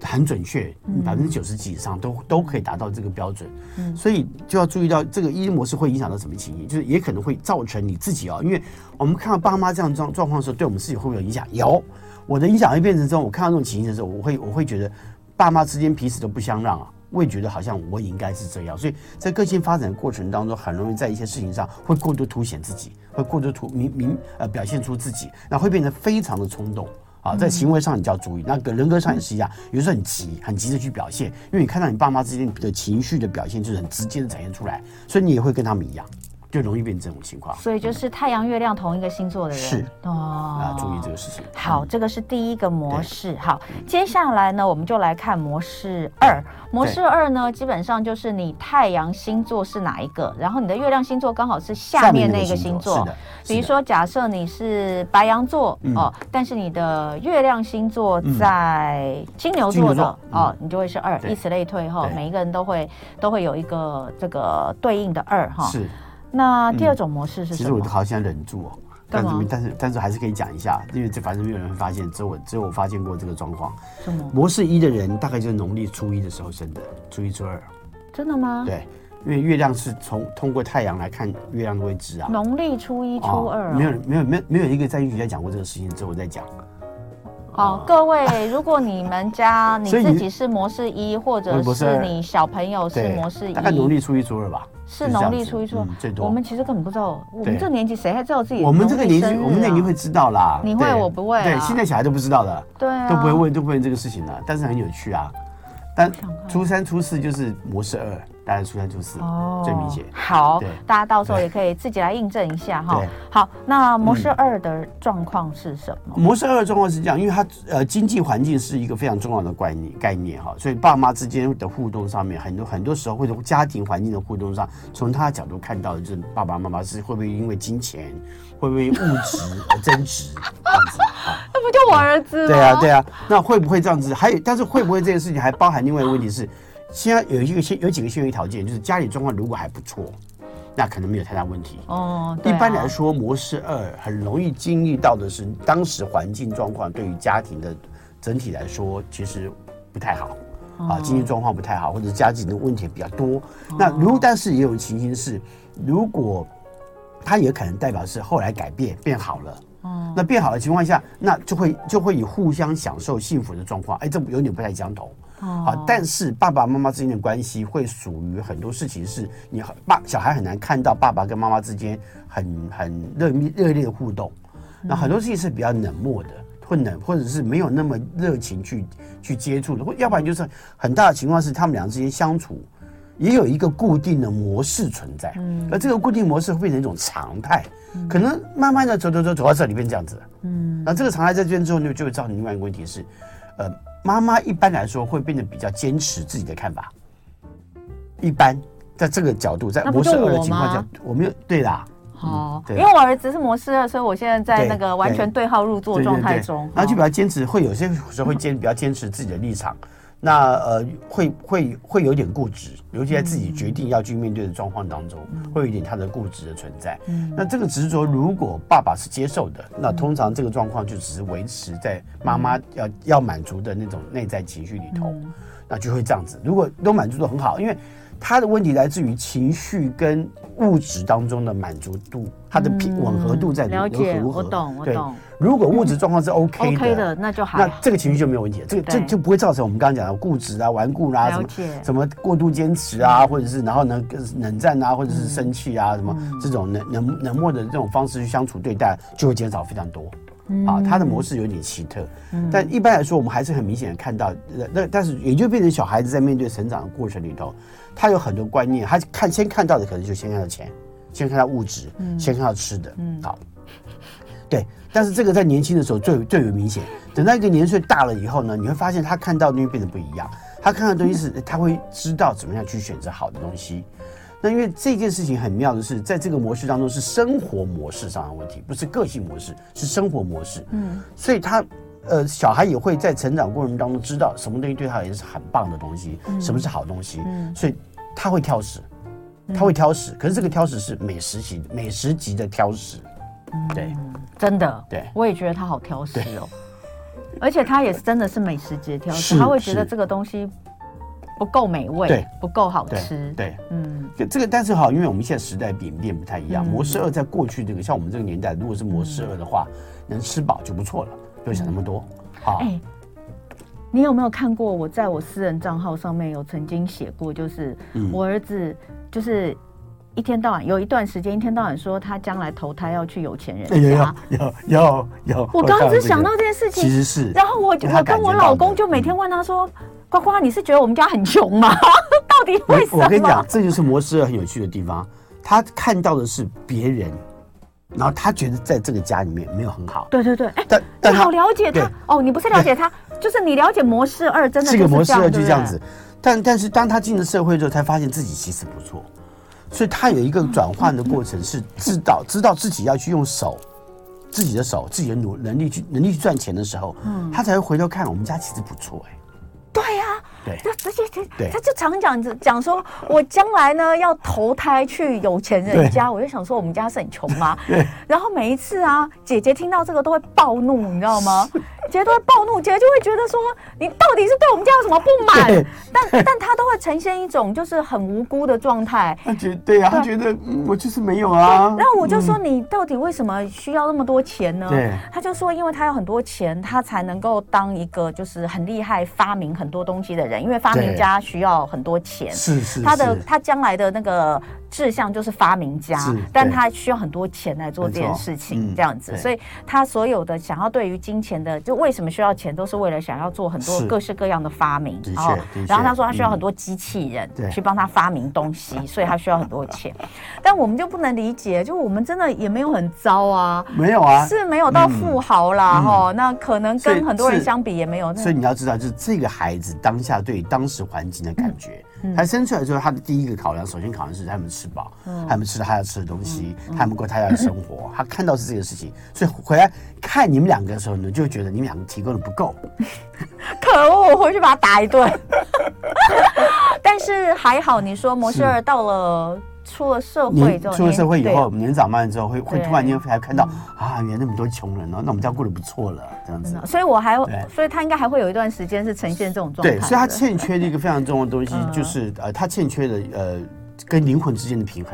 S3: 很准确，百分之九十几以上都都可以达到这个标准。所以就要注意到这个依依模式会影响到什么情形，就是也可能会造成你自己哦，因为我们看到爸妈这样状状况的时候，对我们自己会不会有影响？有，我的影响会变成这种，我看到这种情形的时候，我会我会觉得爸妈之间彼此都不相让啊。我也觉得好像我也应该是这样，所以在个性发展的过程当中，很容易在一些事情上会过度凸显自己，会过度突明明呃表现出自己，那会变得非常的冲动啊，
S2: 嗯
S3: 在行为上你就要注意，那个人格上也是一样，有时候很急，很急着去表现，因为你看到你爸妈之间的情绪的表现就是很直接的展现出来，所以你也会跟他们一样，就容易变成这种情况
S2: 所以就是太阳、月亮同一个星座的人
S3: 是
S2: 哦
S3: 啊，注意这个嗯事情。
S2: 好，这个是第一个模式。好，接下来呢，我们就来看模式二。模式二呢，基本上就是你太阳星座是哪一个，然后你的月亮星座刚好是下面那个星座。
S3: 是的，是的嗯
S2: 比如说，假设你是白羊座、哦，但是你的月亮星座在金牛座
S3: 金
S2: 的
S3: 牛座嗯
S2: 哦，你就会是二，
S3: 对
S2: 以此类推哈、
S3: 对
S2: 每一个人都会都会有一个这个对应的二哈、
S3: 是。嗯
S2: 那第二种模式是
S3: 其
S2: 什
S3: 实我
S2: 么
S3: 都？好想忍住哦，
S2: 干
S3: 但
S2: 嘛
S3: 是但是但是还是可以讲一下，因为这反正没有人会发现，只有我只有我发现过这个状况。
S2: 什么？
S3: 模式一的人大概就是农历初一的时候生的，初一初
S2: 啊
S3: 二，
S2: 真的吗？
S3: 对，因为月亮是从通过太阳来看月亮的位置啊。
S2: 农历初一、
S3: 啊
S2: 初二、哦
S3: 没有人没有没有没有一个占星学家讲过这个事情，只有我在讲。
S2: 好，各位，如果你们家你
S3: 所以
S2: 自
S3: 你
S2: 己是模式一，或者
S3: 我不是
S2: 是你小朋友是
S3: 对
S2: 模式一，
S3: 大概农历初一初二吧，
S2: 是
S3: 就是这样
S2: 农历
S3: 子
S2: 初一初二
S3: 嗯最多。
S2: 我们其实根本不知道，我们
S3: 对
S2: 这个年纪谁还知道自己、
S3: 我们这个年纪，我们那
S2: 年
S3: 年
S2: 纪
S3: 纪会知道啦。
S2: 啊你会
S3: 对
S2: 我不会啊
S3: 对
S2: 啦，
S3: 现在小孩都不知道的。
S2: 对啊，
S3: 都不会问，都不会问这个事情了，但是很有趣啊。但
S2: 想看
S3: 初三、初四就是模式二，大概初三、初四
S2: 哦
S3: 最明显。
S2: 好
S3: 对，
S2: 大家到时候也可以自己来印证一下哈
S3: 对。嗯
S2: 好，那模式二的状况是什么？
S3: 模式二的状况是这样，因为它呃经济环境是一个非常重要的概念概念哈，所以爸妈之间的互动上面，很多很多时候或者家庭环境的互动上，从他的角度看到的就是爸爸妈妈是会不会因为金钱，会不会物质而争执这样子啊？
S2: 那不就我儿子吗？
S3: 对啊，对啊，那会不会这样子？还有，但是会不会这件事情还包含另外一个问题是，现在有一个先有几个先决条件，就是家里状况如果还不错，那可能没有太大问题。
S2: 哦，
S3: 一
S2: 对啊
S3: 般来说，模式二很容易经历到的是，当时环境状况对于家庭的整体来说其实不太好。
S2: 哦
S3: 啊，经济状况不太好，或者家庭的问题比较多。那如但是也有情形是，如果他也可能代表是后来改变变好了。
S2: 哦
S3: 那变好的情况下，那就会就会以互相享受幸福的状况，哎，这有点不太相同。啊，但是爸爸妈妈之间的关系会属于很多事情是你很爸小孩很难看到爸爸跟妈妈之间很很热密热烈的互动，那很多事情是比较冷漠的，或冷或者是没有那么热情去去接触的，或要不然就是很大的情况是他们俩之间相处也有一个固定的模式存在，
S2: 嗯
S3: 而这个固定模式会变成一种常态，可能慢慢的走走走走到这里变这样子了，嗯，那这个常态在这边之后呢，就会造成另外一个问题是，呃，妈妈一般来说会变得比较坚持自己的看法，一般在这个角度，在
S2: 那不
S3: 模式
S2: 就
S3: 二
S2: 我
S3: 的情况
S2: 吗
S3: 下，我没有对啦，
S2: 好，因
S3: 嗯对
S2: 为我儿子是模式二，所以我现在在那个
S3: 对
S2: 完全对号入座
S3: 对
S2: 状
S3: 对
S2: 态
S3: 对，
S2: 中。
S3: 然后就比
S2: 哦
S3: 较坚持，会有些时候会坚比较坚持自己的立场，那呃会会会有点固执，尤其在自己决定要去面对的状况当中，
S2: 嗯
S3: 会有一点他的固执的存在。那这个执着，如果爸爸是接受的，那通常这个状况就只是维持在妈
S2: 嗯
S3: 妈要要满足的那种内在情绪里头，那就会这样子。如果都满足的很好，因为。他的问题来自于情绪跟物质当中的满足度，它的平吻合度在
S2: 嗯
S3: 如
S2: 了解，
S3: 如何
S2: 我懂，我
S3: 对
S2: 懂。
S3: 如果物质状况是 OK 的，
S2: OK 的，那就好
S3: 那。这个情绪就没有问题了，这个这
S2: 对
S3: 就不会造成我们刚刚讲的固执啊、顽固啦、
S2: 了
S3: 什么
S2: 解
S3: 什么过度坚持啊，或者是然后呢更冷战啊，或者是生气啊，什么这种冷冷冷漠的这种方式去相处对待，就会减少非常多。啊，他的模式有点奇特，但一般来说，我们还是很明显的看到，呃那但是也就变成小孩子在面对成长的过程里头，他有很多观念，他看先看到的可能就先看到钱，先看到物质，先看到吃的，好，对，但是这个在年轻的时候最最为明显。等到一个年岁大了以后呢，你会发现他看到的东西变得不一样。他看到的东西是，他会知道怎么样去选择好的东西。那因为这件事情很妙的是，在这个模式当中是生活模式上的问题，不是个性模式，是生活模式。嗯，所以他。呃，小孩也会在成长过程当中知道什么东西对他也是很棒的东西，什么是好东西，所以他会挑食，他会挑食。可是这个挑食是美食级美食级的挑食，对。
S2: 真的，
S3: 对
S2: 我也觉得他好挑食哦。而且他也是真的是美食节挑食，
S3: 是
S2: 他会觉得
S3: 是
S2: 这个东西不够美味
S3: 对，
S2: 不够好
S3: 对
S2: 吃。，
S3: 对。
S2: 嗯，
S3: 这这个，但是哈，因为我们现在时代演变不太一样。
S2: 嗯
S3: 模式二在过去这个像我们这个年代，如果是模式二的话，能吃饱就不错了，不用想那么多。好，
S2: 哎，你有没有看过我在我私人账号上面有曾经写过，就是
S3: 嗯
S2: 我儿子就是。一天到晚有一段时间，一天到晚说他将来投胎要去有钱人
S3: 哎有
S2: 家。
S3: 有有有，
S2: 我刚刚只
S3: 看
S2: 想
S3: 这
S2: 到
S3: 个
S2: 这件事情
S3: 其，实是，
S2: 然后我
S3: 因为他
S2: 我跟
S3: 感觉
S2: 我
S3: 到嗯
S2: 老
S3: 的
S2: 公就每天问他说：“呱呱，你是觉得我们家很穷吗？ 到底为什
S3: 我
S2: 么？”
S3: 我跟你讲，这就是模式二很有趣的地方，他看到的是别人，然后他觉得在这个家里面没有很好，
S2: 对对对，哎、
S3: 但但
S2: 你
S3: 他
S2: 好了解
S3: 对
S2: 他哦，你不是了解他，就是你了解模式二，真的
S3: 这
S2: 就
S3: 个模式
S2: 样
S3: 二就这样。
S2: 对
S3: 子。但但是当他进了社会之后，才发现自己其实不错，所以他有一个转换的过程，是知道知道自己要去用手，自己的手、自己的努能力去能力去赚钱的时候，
S2: 嗯
S3: 他才会回头看我们家其实不错哎、
S2: 不对啊对呀、
S3: 对
S2: 就直接
S3: 对
S2: 他就常讲讲说，我将来呢要投胎去有钱人家，我就想说我们家是很穷嘛。 然后每一次啊，姐姐听到这个都会暴怒，你知道吗？姐姐都会暴怒，姐姐就会觉得说你到底是对我们家有什么不满
S3: 对？
S2: 但 但她都会呈现一种就是很无辜的状态。
S3: 他觉得对呀、他觉得、嗯我就是没有啊
S2: 然后我就说你到底为什么需要那么多钱呢？
S3: 对
S2: 他就说因为他有很多钱，他才能够当一个就是很厉害发明很多东西的人，因为发明
S3: 对
S2: 家需要很多钱。
S3: 是是
S2: 他的
S3: 是
S2: 他将来的那个志向就是发明家
S3: 是，
S2: 但
S3: 对
S2: 他需要很多钱来做
S3: 没
S2: 这件
S3: 错
S2: 事情，
S3: 嗯
S2: 这样子，
S3: 对
S2: 所以他所有的想要对于金钱的，就为什么需要钱，都是为了想要做很多
S3: 是
S2: 各式各样的发明哦
S3: 的。确的
S2: 然后他
S3: 确
S2: 说他需要
S3: 嗯
S2: 很多机器人
S3: 对
S2: 去帮他发明东 西，所以他需要很多钱。但我们就不能理解，就我们真的也没有很糟啊，
S3: 没有啊。
S2: 是没有到富豪啦，
S3: 嗯
S2: 哈、那可能
S3: 所以
S2: 跟很多人
S3: 是
S2: 相比也没有那
S3: 所以你要知道，就是这个孩子当下对当时环境的感觉。
S2: 嗯
S3: 他生出来之后，他的第一个考量，首先考量是他们吃饱，他们吃他要吃的东西，
S2: 嗯
S3: 他们过他要的生 活。他看到是这个事情，所以回来看你们两个的时候呢，就会觉得你们两个提供的不够。
S2: 可恶，我回去把他打一顿。 但是还好，你说模式二到了出了社会
S3: 你
S2: 之后，
S3: 出了社会以
S2: 对
S3: 后，年长慢了之后，会会
S2: 对嗯
S3: 突然间才看到啊，原来那么多穷人哦，那我们家过得不错了，这样子。
S2: 嗯所以我还
S3: 对
S2: 所以他应该还会有一段时间是呈现这种状态
S3: 对，
S2: 的。
S3: 所以他欠缺的一个非常重要的东西
S2: 嗯，
S3: 就是呃，他欠缺的呃，跟灵魂之间的平衡，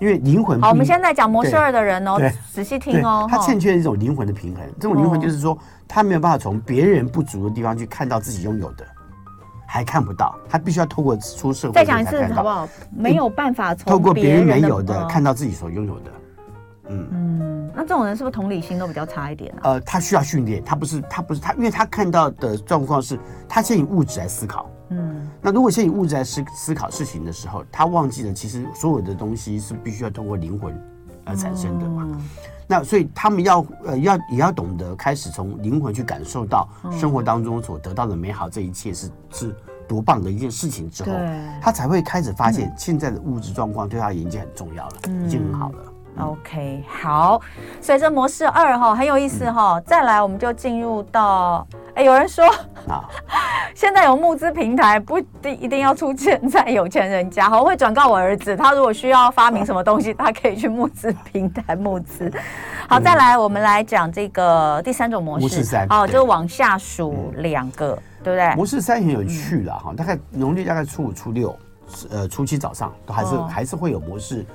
S3: 因为灵魂
S2: 好，我
S3: 不
S2: 们
S3: 一
S2: 现在讲模式二的人哦
S3: 对，
S2: 仔细
S3: 对
S2: 听哦，
S3: 他
S2: 哈嗯
S3: 欠缺一种灵魂的平衡。这种灵魂就是说，他没有办法从别人不足的地方去看到自己拥有的，还看不到，他必须要透过出社会
S2: 再
S3: 之后
S2: 讲
S3: 才
S2: 一次
S3: 看
S2: 好不
S3: 到，
S2: 好？没有办法从
S3: 透过别人没有
S2: 嗯
S3: 的看到自己所拥有的。
S2: 嗯，那这种人是不是同理心都比较差一点啊？
S3: 呃，他需要训练，他不是他不是他，因为他看到的状况是，他先以物质来思考。
S2: 嗯，
S3: 那如果先以物质来思思考事情的时候，他忘记了其实所有的东西是必须要通过灵魂而产生的嘛。那所以他们要呃要也要懂得开始从灵魂去感受到生活当中所得到的美好，这一切是是多棒的一件事情之后
S2: 对，
S3: 他才会开始发现现在的物质状况对他已经很重要了，已经很好了。
S2: OK，好，随着模式二哈很有意思哈，再来我们就进入到，哎，有人说
S3: 啊，
S2: 现在有募资平台，不一定一定要出现在有钱人家哈，我会转告我儿子，他如果需要发明什么东西，他可以去募资平台募资。好，再来我们来讲这个第三种模
S3: 模
S2: 式
S3: 式，三
S2: 好，
S3: 对嗯
S2: 就往下数两个，对不对？
S3: 模式三很有趣了哈，大概农历大概初五、初六，呃，初七早上都还是、
S2: 哦
S3: 还是会有模式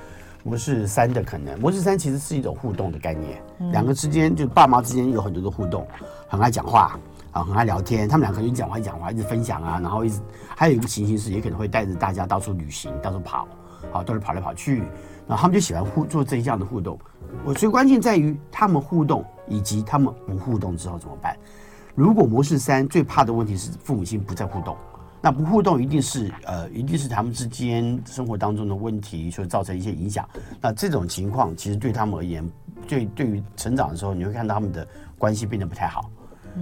S3: 模式三的可能。模式三其实是一种互动的概念，两个之间就爸妈之间有很多的互动，很爱讲话啊，很爱聊天，他们两个人讲话讲话，一直分享啊，然后一直还有一个情形是，也可能会带着大家到处旅行，到处跑，好，到处跑来跑去，然后他们就喜欢互做这样的互动。我最关键在于他们互动以及他们不互动之后怎么办。如果模式三最怕的问题是父母亲不再互动，那不互动一定是呃，一定是他们之间生活当中的问题所造成一些影响。那这种情况其实对他们而言，对对于成长的时候，你会看到他们的关系变得不太好。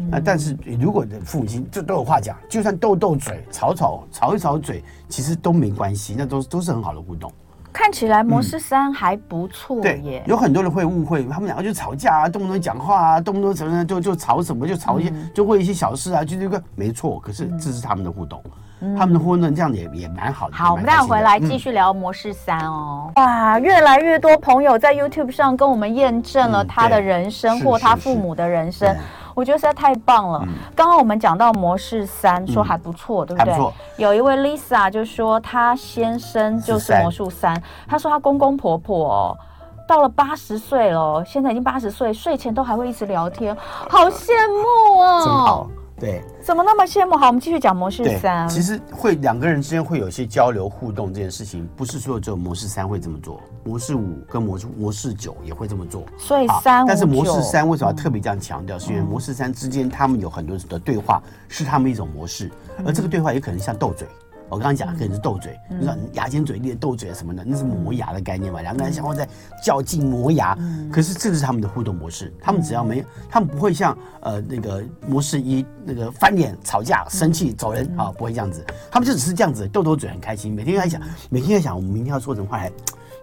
S3: 那但是如果父母亲就都有话讲，就算斗斗嘴、吵吵吵一吵嘴，其实都没关系，那都都是很好的互动。
S2: 看起来模式三还不错
S3: 对
S2: 耶，，
S3: 有很多人会误会，他们两个就吵架啊，动不动讲话啊，动不动什么就就吵什么，就吵一些，
S2: 嗯
S3: 就为一些小事啊，就这个没错。可是这是他们的互动，他们的互动这样也也蛮好的。
S2: 好，我们
S3: 也蛮
S2: 待会
S3: 开心的
S2: 回来
S3: 嗯
S2: 继续聊模式三哦。哇，越来越多朋友在 YouTube 上跟我们验证了
S3: 嗯
S2: 他的
S3: 对
S2: 人生
S3: 是
S2: 或
S3: 是嗯
S2: 他
S3: 是
S2: 父母的人生
S3: 对。
S2: 我我觉得实在太棒了。
S3: 嗯
S2: 刚刚我们讲到模式三，说还不错，对不
S3: 还
S2: 对？
S3: 不错
S2: 有一位 Lisa 就说她先生就是魔术三，她说她公公婆婆、哦到了八十岁了哦，现在已经八十岁，睡前都还会一直聊天，好羡慕哦！
S3: 呃真好，对
S2: 怎么那么羡慕？好，我们继续讲模式
S3: 对
S2: 三。，
S3: 其实会两个人之间会有一些交流互动这件事情，不是说只有模式三会这么做，模式五跟模式模式九也会这么做。
S2: 所以
S3: 好
S2: 三五
S3: 但是模式
S2: 九嗯
S3: 三为什么要特别这样强调？是因为模式三之间他们有很多的对话，是他们一种模式，而
S2: 嗯
S3: 这个对话也可能像斗嘴。我刚刚讲可能是斗嘴，你说牙尖嘴利的斗嘴什么的，那是
S2: 嗯
S3: 磨牙的概念嘛？两个人相互在较劲磨牙，可是这就是他们的互动模式。他们只要
S2: 嗯
S3: 没，他们不会像呃那个模式一那个翻脸吵架、
S2: 嗯
S3: 生气走人啊，不会这样子。他们就只是这样子斗斗嘴，很开心。每天在
S2: 嗯
S3: 想，每天在想，我们明天要说什么话来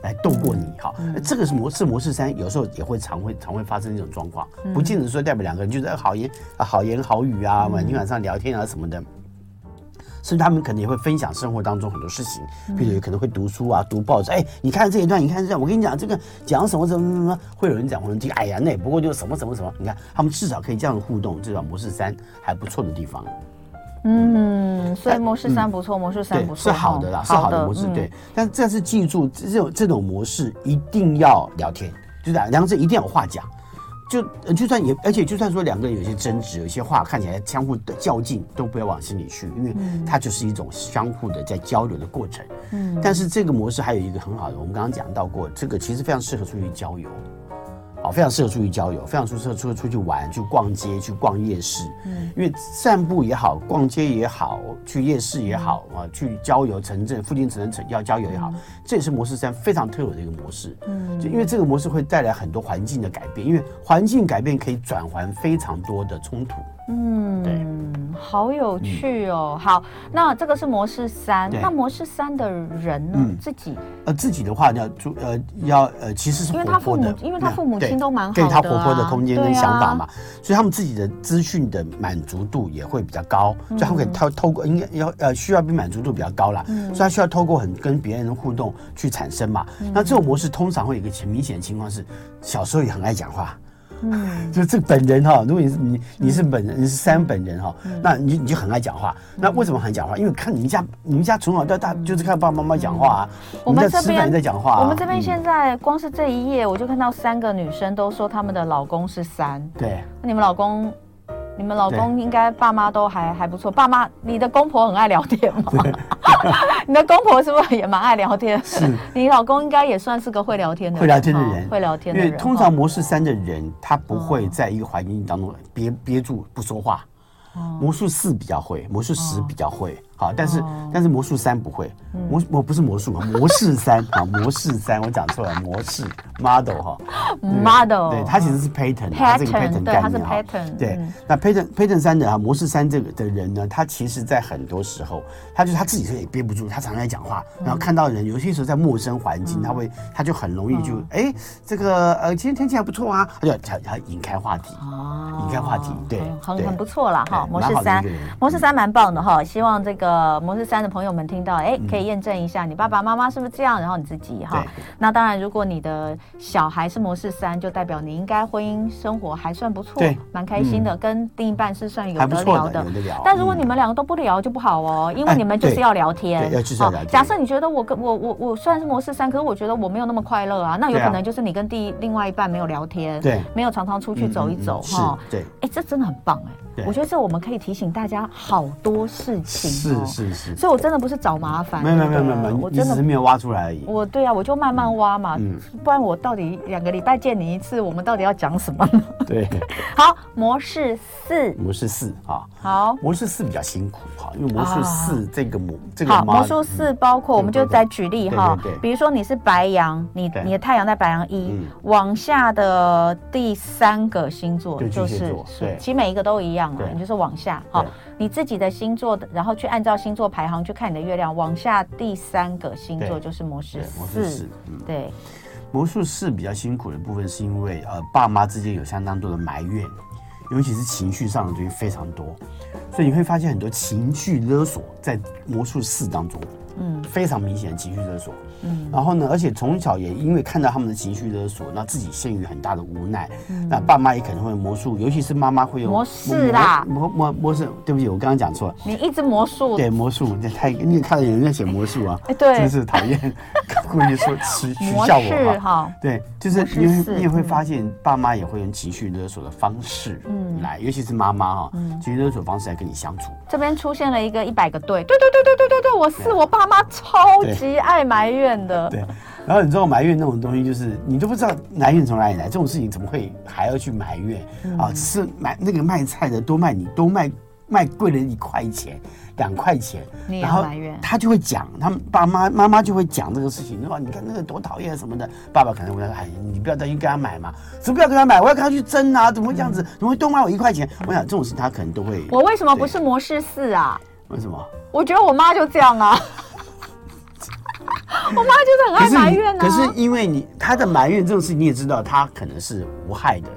S3: 来斗过你哈。这个是模式模式三，有时候也会常会常会发生这种状况，不见得说代表两个人就是哎好言啊好言好语啊，每天晚上聊天啊什么的。甚至他们可能也会分享生活当中很多事情，比如有可能会读书啊、读报纸，哎，你看这一段，你看这一段，我跟你讲这个讲什么什么什么，会有人讲，会有人听，哎呀，那也不过就是什么什么什么，你看他们至少可以这样互动，至少模式三还不错的地方，
S2: 嗯，所以模式三不错，模式三
S3: 对
S2: 不，错，
S3: 是好的啦，
S2: 哦
S3: 是好的模式，
S2: 嗯
S3: 对。但但是记住，这种这种模式一定要聊天，就两两个人一定要有话讲。就呃就算也，而且就算说两个人有些争执，有些话看起来相互的较劲，都不要往心里去，因为
S2: 嗯
S3: 它就是一种相互的在交流的过程。嗯，但是这个模式还有一个很好的，我们刚刚讲到过，这个其实非常适合出去郊游，啊，非常适合出去郊游，非常适合出出去玩，去逛街，去逛夜市。嗯，因为散步也好，逛街也好，去夜市也好啊，去郊游城镇附近城镇城要郊游也好，这也是模式三非常特有的一个模式。嗯，就因为这个模式会带来很多环境的改变，因为环境改变可以转换非常多的冲突。
S2: 嗯，好有趣哦。好，那这个是模式三，
S3: 嗯对
S2: 那模式三的人呢
S3: 嗯，
S2: 自 己
S3: 呃，自己的话要注呃要呃，其实是
S2: 因为
S3: 活
S2: 他
S3: 泼
S2: 父母
S3: 的，
S2: 因为他父母
S3: 对
S2: 亲都蛮
S3: 给
S2: 好
S3: 他
S2: 的
S3: 活泼的
S2: 啊
S3: 空间
S2: 对
S3: 跟想
S2: 啊
S3: 法嘛，所以他们自己的资讯的满足度也会比较高，所以他们
S2: 嗯
S3: 可以透透过应该要呃需要比满足度比较高啦，所以他需要透过很跟别人的互动去产生嘛。
S2: 嗯
S3: 那这种模式通常会有一个很明显的情况是，小时候也很爱讲话。
S2: 嗯
S3: 就这本人哈、如果你是你你是本人，你是三本人哈、
S2: 嗯
S3: 那你就你就很爱讲话。那为什么很爱讲话？因为看你们家你们家从小到大就是看爸爸妈妈讲话啊，
S2: 嗯我
S3: 你
S2: 们这
S3: 在吃饭
S2: 边
S3: 也在讲话啊、
S2: 我们这边
S3: 嗯
S2: 现在光是这一页，我就看到三个女生都说她们的老公是三。
S3: 对。
S2: 那你们老公，你们老公应该爸妈都还还不错。爸妈，你的公婆很爱聊天吗？ 你的公婆是不是也蛮爱聊天？
S3: 是
S2: 你老公应该也算是个会聊天的人，
S3: 会聊天的
S2: 哦
S3: 人，
S2: 会聊天
S3: 因
S2: 的
S3: 为
S2: 人。
S3: 通
S2: 哦
S3: 常模式三的人，他不会在一个环境当中憋憋住不说话。
S2: 嗯
S3: 魔术四比较会，魔术十比较会，好，但是
S2: 嗯
S3: 但是魔术三不会，魔我不是魔术，模式三啊，模式三我讲错了，模式 model 哈
S2: 嗯 model
S3: 对，它其实是 pattern，
S2: 哦
S3: 它
S2: 嗯 pattern，
S3: 这个 pattern
S2: 对
S3: 概
S2: 它是
S3: 念哈
S2: pattern，
S3: 对
S2: 嗯，
S3: 那 pattern pattern 三的啊，模式三这个的人呢，他其实在很多时候，他就是他自己是也憋不住，他常常在讲话，
S2: 嗯
S3: 然后看到人，有些时候在陌生环境，他会他就很容易就
S2: 嗯
S3: 哎，这个呃，今天天气还不错啊，他就他他引开话题，
S2: 哦
S3: 引开话题对
S2: 嗯很
S3: 对
S2: 很不错啦哈。
S3: 对
S2: 模
S3: 蛮
S2: 式
S3: 好的
S2: 三
S3: 一个人，嗯
S2: 模式三蛮棒的哈。希望这个模式三的朋友们听到，哎，可以验证一下你爸爸妈妈是不是这样，然后你自己哈
S3: 嗯对。
S2: 那当然，如果你的小孩是模式三，就代表你应该婚姻生活还算不错
S3: 对，嗯
S2: 蛮开心的，跟另一半是算有
S3: 还不
S2: 得
S3: 错
S2: 聊的
S3: 的有得聊。
S2: 但如果
S3: 嗯
S2: 你们两个都不聊就不好哦，因为
S3: 哎
S2: 你们就是
S3: 对
S2: 要聊天，
S3: 哎对要就是要
S2: 哦
S3: 聊天
S2: 假设你觉得我跟我我我虽然是模式三，可是我觉得我没有那么快乐啊，那有
S3: 对啊
S2: 可能就是你跟第另外一半没有聊天，
S3: 对
S2: 没有常常出去走一走
S3: 嗯是
S2: 哈。，
S3: 对，
S2: 哎，这真的很棒哎
S3: 对！
S2: 我觉得这我们可以提醒大家好多事情、
S3: 是
S2: 哦。。
S3: 是是，
S2: 所以我真的不是找麻烦，
S3: 没有没有没
S2: 对不
S3: 有没有没
S2: 对
S3: 有，
S2: 我
S3: 你
S2: 真
S3: 只是
S2: 的。
S3: 没有挖出来而已。
S2: 我对啊，我就慢慢挖嘛，
S3: 嗯
S2: 不然我到底两个礼拜见你一次，我们到底要讲什么呢？
S3: 对，
S2: 好，模式四，
S3: 模式四啊，
S2: 好，
S3: 魔术四比较辛苦哈，因为魔术四这个魔、这个
S2: 啊好，
S3: model- 嗯
S2: 魔术四包括我们就再举例哈
S3: 对对对，
S2: 比如说你是白羊，你
S3: 对
S2: 你的太阳在白羊一
S3: 嗯，
S2: 往下的第三个星座
S3: 对
S2: 就
S3: 巨蟹
S2: 是
S3: 座
S2: 是
S3: 对，
S2: 其实每一个都一样啊
S3: 对，
S2: 你就是往下哈
S3: 对，
S2: 你自己的星座的，然后去按照星座排行去看你的月亮，往下第三个星座
S3: 对
S2: 就是魔术
S3: 对魔术
S2: 四
S3: 四，，嗯，
S2: 对，
S3: 魔术四比较辛苦的部分是因为呃爸妈之间有相当多的埋怨，尤其是情绪上的东西非常多，所以你会发现很多情绪勒索在魔术四当中。
S2: 嗯
S3: 非常明显的情绪勒索。
S2: 嗯
S3: 然后呢，而且从小也因为看到他们的情绪勒索，那自己陷于很大的无奈。
S2: 嗯
S3: 那爸妈也可能会魔术，尤其是妈妈会用
S2: 模式啦
S3: 魔魔魔式。对不起，我刚刚讲错了。
S2: 你一直魔术，
S3: 对魔术，这太你也看到有人在写魔术啊
S2: 哎，对
S3: 真是讨 厌，故意说取取
S2: 模
S3: 笑我
S2: 式
S3: 啊。
S2: 哈，
S3: 对，就是
S2: 模式
S3: 你
S2: 是
S3: 会你也会
S2: 嗯
S3: 发现，爸妈也会用情绪勒索的方式
S2: 嗯
S3: 来，尤其是妈妈哈，情绪勒索方式来跟你相处。
S2: 这边出现了一个一百个对，对对对对对对对，我是我爸妈超级爱埋怨的，
S3: 对，然后你知道埋怨那种东西，就是你都不知道埋怨从哪里来，这种事情怎么会还要去埋怨、
S2: 嗯
S3: 啊？只是买那个卖菜的多卖你多卖卖贵了一块钱。两块钱，
S2: 你也
S3: 然后
S2: 要埋怨
S3: 他就会讲，他们爸妈妈妈就会讲这个事情，说你看那个多讨厌什么的。爸爸可能会说，哎，你不要担心跟他买嘛，怎么不要跟他买？我要跟他去争啊，怎么会这样子？怎么会多卖我一块钱？我想这种事他可能都会。
S2: 我为什么不是模式四啊？
S3: 为什么？
S2: 我觉得我妈就这样啊， 我妈就是很
S3: 可
S2: 爱
S3: 是
S2: 埋
S3: 你
S2: 怨啊，
S3: 可是因为你他的埋怨这种事，你也知道他可能是无害的。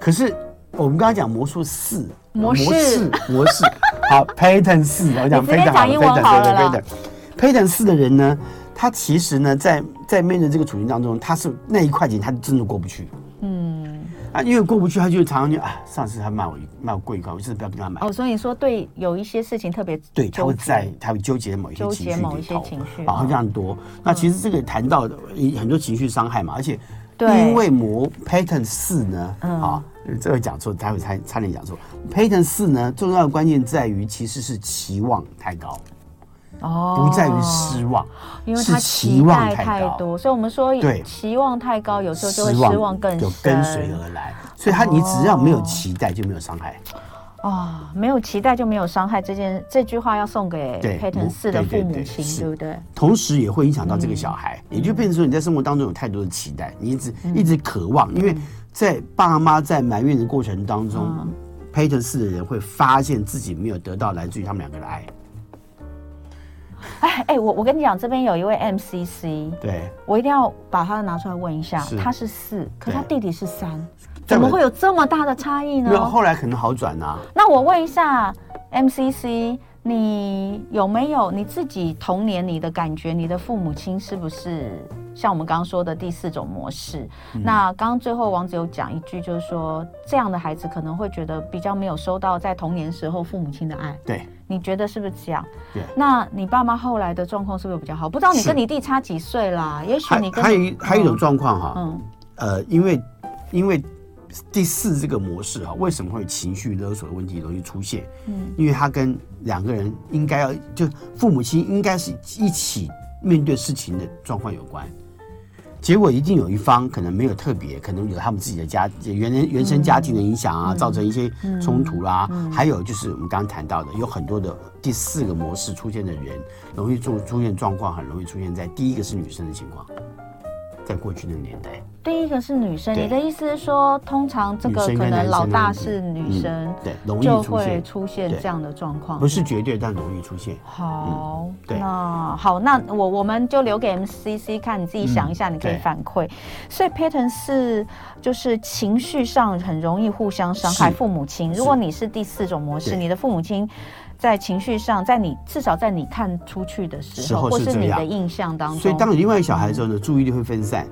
S3: 可是我们刚刚讲魔术四
S2: 模式
S3: 模式模式 好 pattern 四，我讲
S2: 你直接
S3: pattern
S2: 讲
S3: 好
S2: 英
S3: 了
S2: 文好了
S3: pattern
S2: 啦
S3: 对对 pattern pattern 四的人呢，他其实呢在在面对这个处境当中，他是那一块钱他真的过不去。
S2: 嗯，
S3: 啊，因为过不去，他就常常就啊，上次他卖我一卖我贵一块，我这次不要跟他买。
S2: 哦，所以说对有一些事情特别
S3: 对，他会
S2: 纠结
S3: 在，他会纠结某一些
S2: 纠
S3: 情
S2: 结
S3: 绪
S2: 某一
S3: 里
S2: 些
S3: 头
S2: 情绪，嗯
S3: 然后
S2: 哦
S3: 这样多。那其实这个谈到的一很多情绪伤害嘛，而且
S2: 对
S3: 因为魔 pattern 四呢，
S2: 嗯
S3: 啊，这个讲错，待会差差点讲错。pattern 四呢，重要的关键在于其实是期望太高，
S2: 哦
S3: 不在于失望，
S2: 因为
S3: 是
S2: 他
S3: 期
S2: 期
S3: 望
S2: 待
S3: 太
S2: 太
S3: 高。
S2: 多，所以我们说
S3: 对
S2: 期望太高，有时候就会失望更
S3: 就
S2: 深。
S3: 跟随而来，所以他你只要没有期待就没有伤害。
S2: 哦，没有期待就没有伤害，这件这句话要送给
S3: 对
S2: Payton
S3: 母
S2: 四的
S3: 对
S2: 父
S3: 对
S2: 母
S3: 对
S2: 亲，
S3: 是
S2: 对不对？
S3: 同时也会影响到
S2: 嗯
S3: 这个小孩，也就变成说你在生活当中有太多的期待，你一直、
S2: 嗯
S3: 一直渴望，因为在爸妈在埋怨的过程当中。Payton
S2: 嗯
S3: 四的人会发现自己没有得到来自于他们两个的爱，
S2: 嗯哎哎，我我跟你讲，这边有一位 MCC，
S3: 对，
S2: 我一定要把他拿出来问一下，
S3: 是
S2: 他是四，可
S3: 对
S2: 他弟弟是三，
S3: 在
S2: 怎
S3: 我
S2: 么会有这么大的差异
S3: 没有
S2: 呢？
S3: 后来可能好转呐、啊
S2: 那我问一下 MCC，你有没有你自己童年你的感觉？你的父母亲是不是像我们刚刚说的第四种模式？
S3: 嗯
S2: 那刚刚最后王子有讲一句，就是说这样的孩子可能会觉得比较没有收到在童年时候父母亲的爱。
S3: 对，
S2: 你觉得是不是这样？
S3: 对
S2: 那你爸妈后来的状况是不是比较好？不知道你
S3: 是
S2: 跟你弟差几岁啦？也许
S3: 还
S2: 你跟
S3: 还有一还有一种状况哈，
S2: 嗯
S3: 呃，因为因为第四这个模式哈，为什么会有情绪勒索的问题容易出现？
S2: 嗯
S3: 因为他跟两个人应该要就父母亲应该是一起面对事情的状况有关。结果一定有一方可能没有特别，可能有他们自己的家原人原生家庭的影响啊，造成一些冲突啦、还有就是我们刚刚谈到的，有很多的第四个模式出现的人，容易做出现状况，很容易出现在第一个是女生的情况，在过去那个年代，
S2: 第一个是女生，
S3: 对
S2: 你的意思是说，通常这个
S3: 女生
S2: 可
S3: 跟男
S2: 能
S3: 生
S2: 老大
S3: 嗯
S2: 是女生，
S3: 对，容易
S2: 就
S3: 出
S2: 会
S3: 现，
S2: 出现
S3: 对
S2: 这样的状况。
S3: 不是绝对，但容易出现。
S2: 好，
S3: 对嗯
S2: 那好，那我我们就留给 MCC 看，你自己想一下，你可以
S3: 对
S2: 反馈。所以 pattern 是就是情绪上很容易互相伤害
S3: 是
S2: 父母亲。如
S3: 是
S2: 果你是第四种模式，
S3: 对
S2: 你的父母亲。在情绪上，在你至少在你看出去的时
S3: 时
S2: 候，
S3: 候
S2: 或
S3: 是
S2: 是
S3: 这
S2: 你
S3: 样
S2: 的印象当中，
S3: 所以当有另外一个小孩的时候呢，注意力会分散，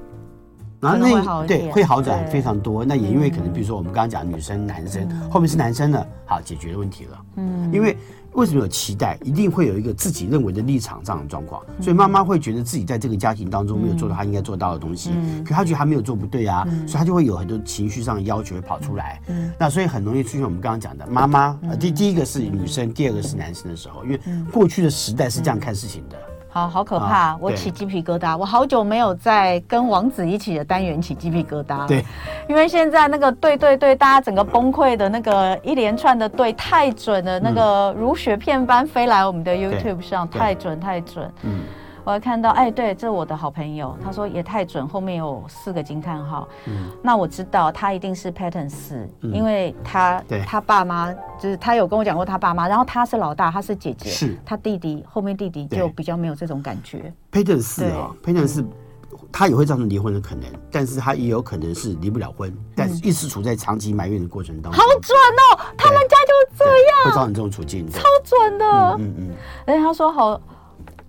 S3: 然后
S2: 可能会好一
S3: 那对
S2: 点
S3: 会好转
S2: 对嗯
S3: 非常多。那也因为可能，比如说我们刚刚讲女生、男生，后面是男生了，好解决问题了。嗯，因为为什么有期待，一定会有一个自己认为的立场上的状况，
S2: 嗯
S3: 所以妈妈会觉得自己在这个家庭当中没有做到她应该做到的东西，
S2: 嗯
S3: 可她觉得她没有做不对啊，所以她就会有很多情绪上的要求会跑出来。
S2: 嗯
S3: 那所以很容易出现我们刚刚讲的妈妈，呃第第一个是女生，第二个是男生的时候，因为
S2: 嗯
S3: 过去的时代是这样看事情的。
S2: 好好可怕，
S3: 啊
S2: 我
S3: 对
S2: 起鸡皮疙瘩。我好久没有在跟王子一起的单元起鸡皮疙瘩了。
S3: 对，
S2: 因为现在那个对对对，大家整个崩溃的那个一连串的对太准了，那个如雪片般飞来我们的 YouTube 上，
S3: 对
S2: 太准太准。
S3: 嗯。
S2: 我还看到，哎，对，这是我的好朋友，他说也太准，后面有四个惊叹号。那我知道他一定是 Pattern 四、因为他
S3: 对
S2: 他爸妈就是他有跟我讲过他爸妈，然后他是老大，他是姐姐，
S3: 是
S2: 他弟弟后面弟弟
S3: 对
S2: 就比较没有这种感觉。
S3: Patent 四啊，Patent 四，
S2: 嗯
S3: 它也会造成离婚的可能，但是它也有可能是离不了婚，但是一直处在长期埋怨的过程当
S2: 嗯
S3: 中，
S2: 好准哦，他们家就是这
S3: 对
S2: 样，
S3: 会造成这种处境。对
S2: 好准的。
S3: 嗯嗯，
S2: 而且他说好，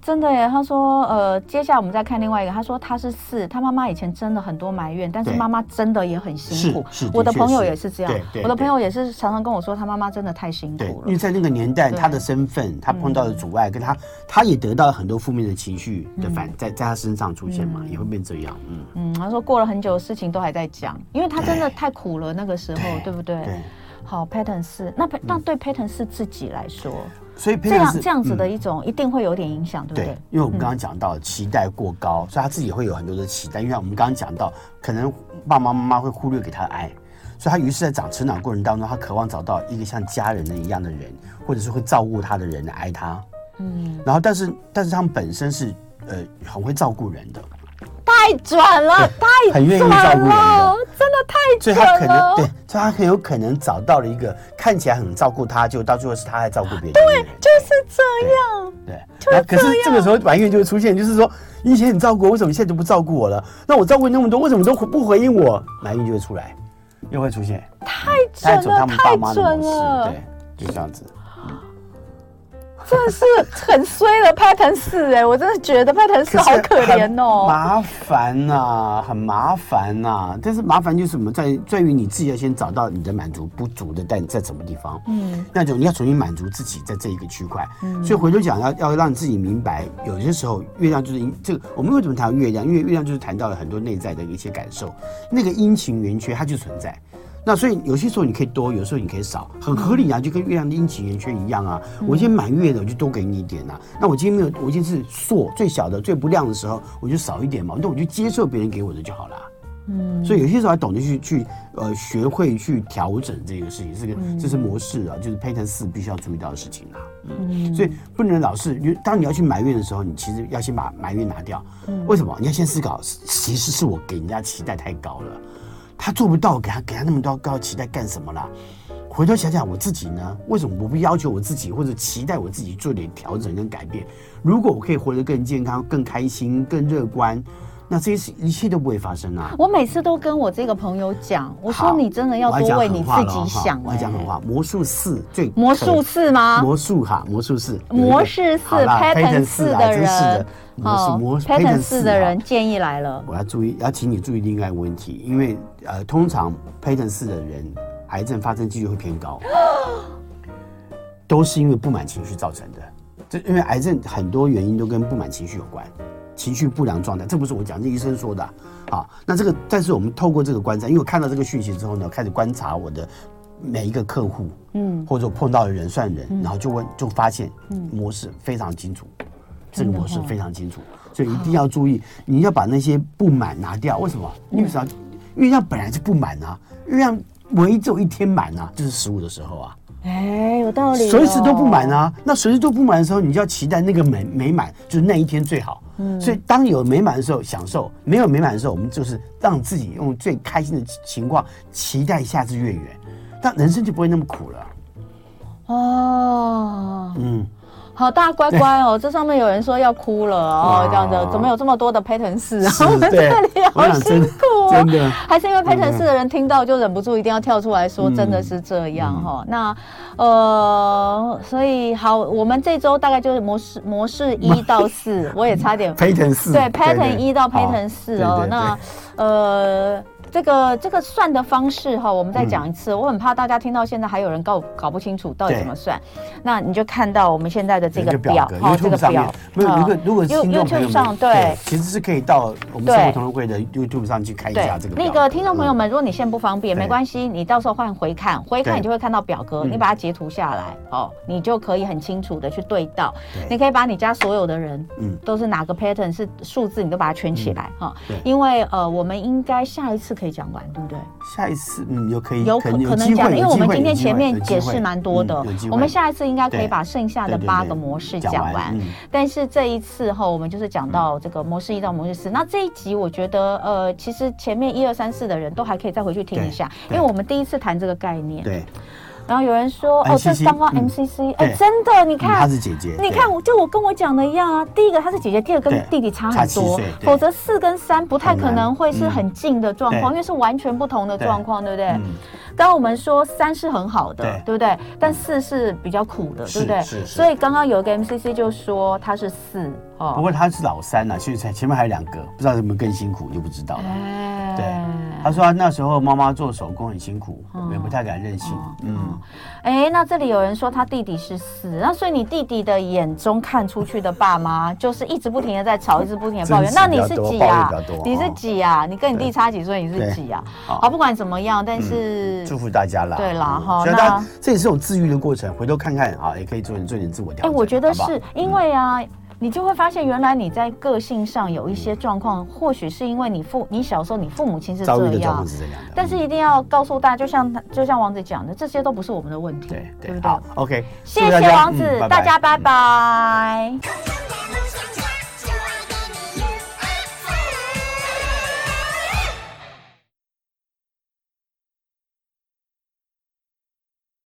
S2: 真的耶，他说，呃，接下来我们再看另外一个，他说他是四，他妈妈以前真的很多埋怨，但是
S3: 对
S2: 妈妈真的也很辛苦。
S3: 是是
S2: 我的
S3: 的确
S2: 朋友
S3: 是
S2: 也是这样
S3: 对，对
S2: 我的
S3: 对
S2: 朋友也是常常跟我说，他妈妈真的太辛
S3: 对，
S2: 苦
S3: 因为
S2: 了。
S3: 在那个年代，
S2: 对
S3: 他的身份，他碰到的阻碍，跟他，他也得到了很多负面的情绪的反，在在他身上出现嘛，也会变这样，嗯，
S2: 嗯，他说过了很久，事情都还在讲，因为他真的
S3: 对
S2: 太苦了，那个时候，对不对？
S3: 对，嗯
S2: 好，Pattern 四，那 Pat- 那对 Pattern 四自己来说，
S3: 所以
S2: 这
S3: 佩
S2: 样
S3: 是
S2: 这样子的
S3: 嗯
S2: 一种一定会有点影响，对不
S3: 对嗯
S2: 对？，
S3: 因为我们刚刚讲到期待过高，所以他自己会有很多的期待，因为我们刚刚讲到，可能爸爸妈妈会忽略给他的爱，所以他于是在长成长过程当中，他渴望找到一个像家人的一样的人，或者是会照顾他的人来爱他，嗯，然后但是但是他们本身是呃很会照顾人的，
S2: 太转了，太
S3: 很愿意
S2: 转
S3: 照顾人的
S2: 了，真的太
S3: 所
S2: 准
S3: 以他可
S2: 了
S3: 能对，所以他很有可能找到了一个看起来很照顾他，就到最后是他还照顾别人的人，对，
S2: 就是这样。
S3: 对，然后可是这个时候埋怨就会出现，就是说你以前很照顾我，为什么现在就不照顾我了？那我照顾你那么多，为什么都不回应我？埋怨就会出来，又会出现，
S2: 太
S3: 走他
S2: 准了，
S3: 们爸
S2: 太
S3: 妈的
S2: 准
S3: 模
S2: 了
S3: 式，，对，就这样子。
S2: 真的是很衰的 Pattern 四哎，我真的觉得 Pattern 四 好可怜
S3: 很
S2: 哦。
S3: 麻烦呐、很麻烦呐、但是麻烦就是什么，在在于你自己要先找到你的满足不足的，但在什么地方，嗯，那种你要重新满足自己在这一个区块。
S2: 嗯
S3: 所以回头讲，要要让自己明白，有些时候月亮就是因这个，我们为什么谈到月亮？因为月亮就是谈到了很多内在的一些感受，那个阴晴圆缺它就存在。那所以有些时候你可以多，有时候你可以少，很合理啊，就跟月亮的阴晴圆缺一样啊。我今天满月的，我就多给你一点啊。那我今天没有，我今天是朔最小的、最不亮的时候，我就少一点嘛。那我就接受别人给我的就好了。嗯，所以有些时候还懂得去去呃，学会去调整这个事情，这个、这是模式啊，就是 pattern 四必须要注意到的事情啊。嗯，所以不能老是，你当你要去埋怨的时候，你其实要先把埋怨拿掉。为什么？你要先思考，其实是我给人家期待太高了。他做不到，给他给他那么多高的期待干什么啦？回头想想我自己呢，为什么我不要求我自己，或者期待我自己做点调整跟改变？如果我可以活得更健康、更开心、更乐观，那这些事一切都不会发生啊！
S2: 我每次都跟我这个朋友讲，我说
S3: 好
S2: 你真的要
S3: 我还
S2: 多
S3: 讲
S2: 为
S3: 狠
S2: 你
S3: 话
S2: 自
S3: 了
S2: 己
S3: 哦哈
S2: 想。
S3: 我还讲狠
S2: 哎
S3: 话，魔术四最
S2: 魔术
S3: 可
S2: 四吗？
S3: 魔术哈，魔术四，
S2: 模式四
S3: 好啦
S2: pattern
S3: 四
S2: 四
S3: 啊
S2: 的
S3: 真是
S2: 人
S3: 的，魔术魔
S2: pattern
S3: 啊
S2: 哦四的人建议来了，
S3: 我要注意，要请你注意另外一个问题，因为呃，通常 Pattern 四的人，癌症发生几率会偏高，都是因为不满情绪造成的。这因为癌症很多原因都跟不满情绪有关，情绪不良状态，这不是我讲，这医生说的啊。好那这个，但是我们透过这个观察，因为我看到这个讯息之后呢，开始观察我的每一个客户，嗯，或者我碰到的人算人，然后就问，就发现模式非常清楚。这个模
S2: 哦
S3: 式非常清楚，所以一定要注意，你要把那些不满拿掉。为什么？
S2: 嗯
S3: 因为啥？月亮本来就不满啊，月亮唯一只有一天满啊，就是十五的时候啊，
S2: 哎，有道理哦，
S3: 随时都不满啊。那随时都不满的时候，你就要期待那个美美满，就是那一天最好。
S2: 嗯
S3: 所以当有美满的时候享受，没有美满的时候，我们就是让自己用最开心的情况期待下次月圆，但人生就不会那么苦了。
S2: 哦。
S3: 嗯，
S2: 好大乖乖哦，这上面有人说要哭了哦，
S3: 哇
S2: 这样子怎么有这么多的 pattern 四啊？
S3: 是
S2: 我们这
S3: 对
S2: 里
S3: 我
S2: 好
S3: 想
S2: 辛
S3: 真
S2: 苦哦，
S3: 真的
S2: 还是因为 pattern 四的人听到就忍不住一定要跳出来说，真的是这
S3: 嗯
S2: 样哈、哦。那呃，所以好，我们这周大概就是模式模式一到四，我也差 点
S3: pattern 四
S2: 对 pattern 一到 pattern
S3: 好
S2: 四
S3: 对
S2: 哦
S3: 对，
S2: 那呃。这个这个算的方式哈，我们再讲一次。我很怕大家听到现在还有人搞搞不清楚到底
S3: 嗯对
S2: 怎么算。那你就看到我们现在的这
S3: 有一
S2: 个
S3: 个
S2: 表，
S3: 格
S2: 好这个
S3: ，YouTube 上面
S2: 表，
S3: 没有。
S2: 好
S3: 如果如果
S2: You-
S3: 听众朋友
S2: YouTube 上
S3: 们
S2: 对。
S3: 其实是可以到我们
S2: 对
S3: 生活同乐会的 YouTube 上去看一
S2: 对
S3: 下这，个表
S2: 那
S3: 格
S2: 个听众朋友
S3: 嗯
S2: 们，如果你现在不方便，
S3: 对
S2: 没关系，你到时候换回看，回看
S3: 对
S2: 你就会看到表格，你把它截图下来，哦，你就可以很清楚的去对到。你可以把你家所有的人，嗯
S3: 嗯，
S2: 都是哪个 pattern 是数字，你都把它圈起来哈
S3: 对。
S2: 因为呃，我们应该下一次可以讲完，对不对？
S3: 下一次嗯有可以
S2: 有可
S3: 可
S2: 可
S3: 能有
S2: 能
S3: 机
S2: 讲
S3: 会，
S2: 的，因为
S3: 有
S2: 我
S3: 机
S2: 们
S3: 会
S2: 今天
S3: 有机
S2: 前
S3: 会
S2: 面
S3: 有机
S2: 解
S3: 会
S2: 释蛮多的
S3: 嗯有机，会
S2: 我们下一次应该可以
S3: 对
S2: 把剩下的
S3: 对对
S2: 八
S3: 对
S2: 个模式
S3: 讲
S2: 讲
S3: 完
S2: 完
S3: 嗯。
S2: 但是这一次哈，我们就是讲到这个模式一到模式四。那这一集我觉得呃，其实前面一二三四的人都还可以再回去听一下，因
S3: 对对
S2: 为我们第一次谈这个概念。
S3: 对，
S2: 然后有人说哦，
S3: MCC
S2: 这是刚刚
S3: 嗯
S2: MCC，哎，
S3: 对
S2: 真的，你
S3: 嗯她
S2: 看
S3: 是。姐姐，
S2: 你
S3: 对
S2: 看，我就我跟我讲的一样啊。第一个她是姐姐，第二个跟
S3: 对
S2: 弟弟差
S3: 差
S2: 很
S3: 七
S2: 多
S3: 岁，对
S2: 否则四跟三不太
S3: 很
S2: 可
S3: 难
S2: 能会是
S3: 嗯
S2: 很近的状况，
S3: 对
S2: 因为是完全不同的
S3: 对
S2: 状况，对不对？
S3: 嗯
S2: 刚刚我们说三是很好的，
S3: 对
S2: 对不对？但四是比较苦的，对
S3: 是
S2: 不对？
S3: 是是
S2: 所以刚刚有一个 MCC 就说它是四，哦
S3: 不过他是老三呐、啊所以才前面还有两个，不知道有没有更辛苦就不知道了。
S2: 哎
S3: 对，他说他那时候妈妈做手工很辛苦，也不太敢任性。嗯，
S2: 哎，那这里有人说他弟弟是四，那所以你弟弟的眼中看出去的爸 妈，就是一直不停的在吵，一直不停的抱怨。
S3: 争执
S2: 那你
S3: 比较
S2: 是
S3: 多
S2: 几
S3: 抱怨
S2: 啊
S3: 比较多？
S2: 你是
S3: 哦
S2: 几啊？你跟你弟
S3: 对
S2: 差几岁？你是
S3: 对
S2: 几啊？
S3: 好嗯
S2: 好，不管怎么样，但是
S3: 祝福大家啦。
S2: 嗯对啦
S3: 嗯
S2: 哈
S3: 所以大
S2: 那
S3: 家这也是一种治愈的过程，回头看看啊，也可以做点做点自我调
S2: 哎，
S3: 整。
S2: 我觉得
S3: 好不好嗯
S2: 是因为啊，你就会发现原来你在个性上有一些状况，或许是因为你父你小时候你父母亲是
S3: 遭
S2: 这
S3: 遇的状
S2: 样
S3: 况，是这样的。
S2: 但是一定要告诉大家，就像他就像王子讲的，这些都不是我们的问题，
S3: 对
S2: 不
S3: 对，
S2: 对
S3: 好？，OK，嗯
S2: 谢谢王子，大家拜
S3: 拜。嗯
S2: 拜。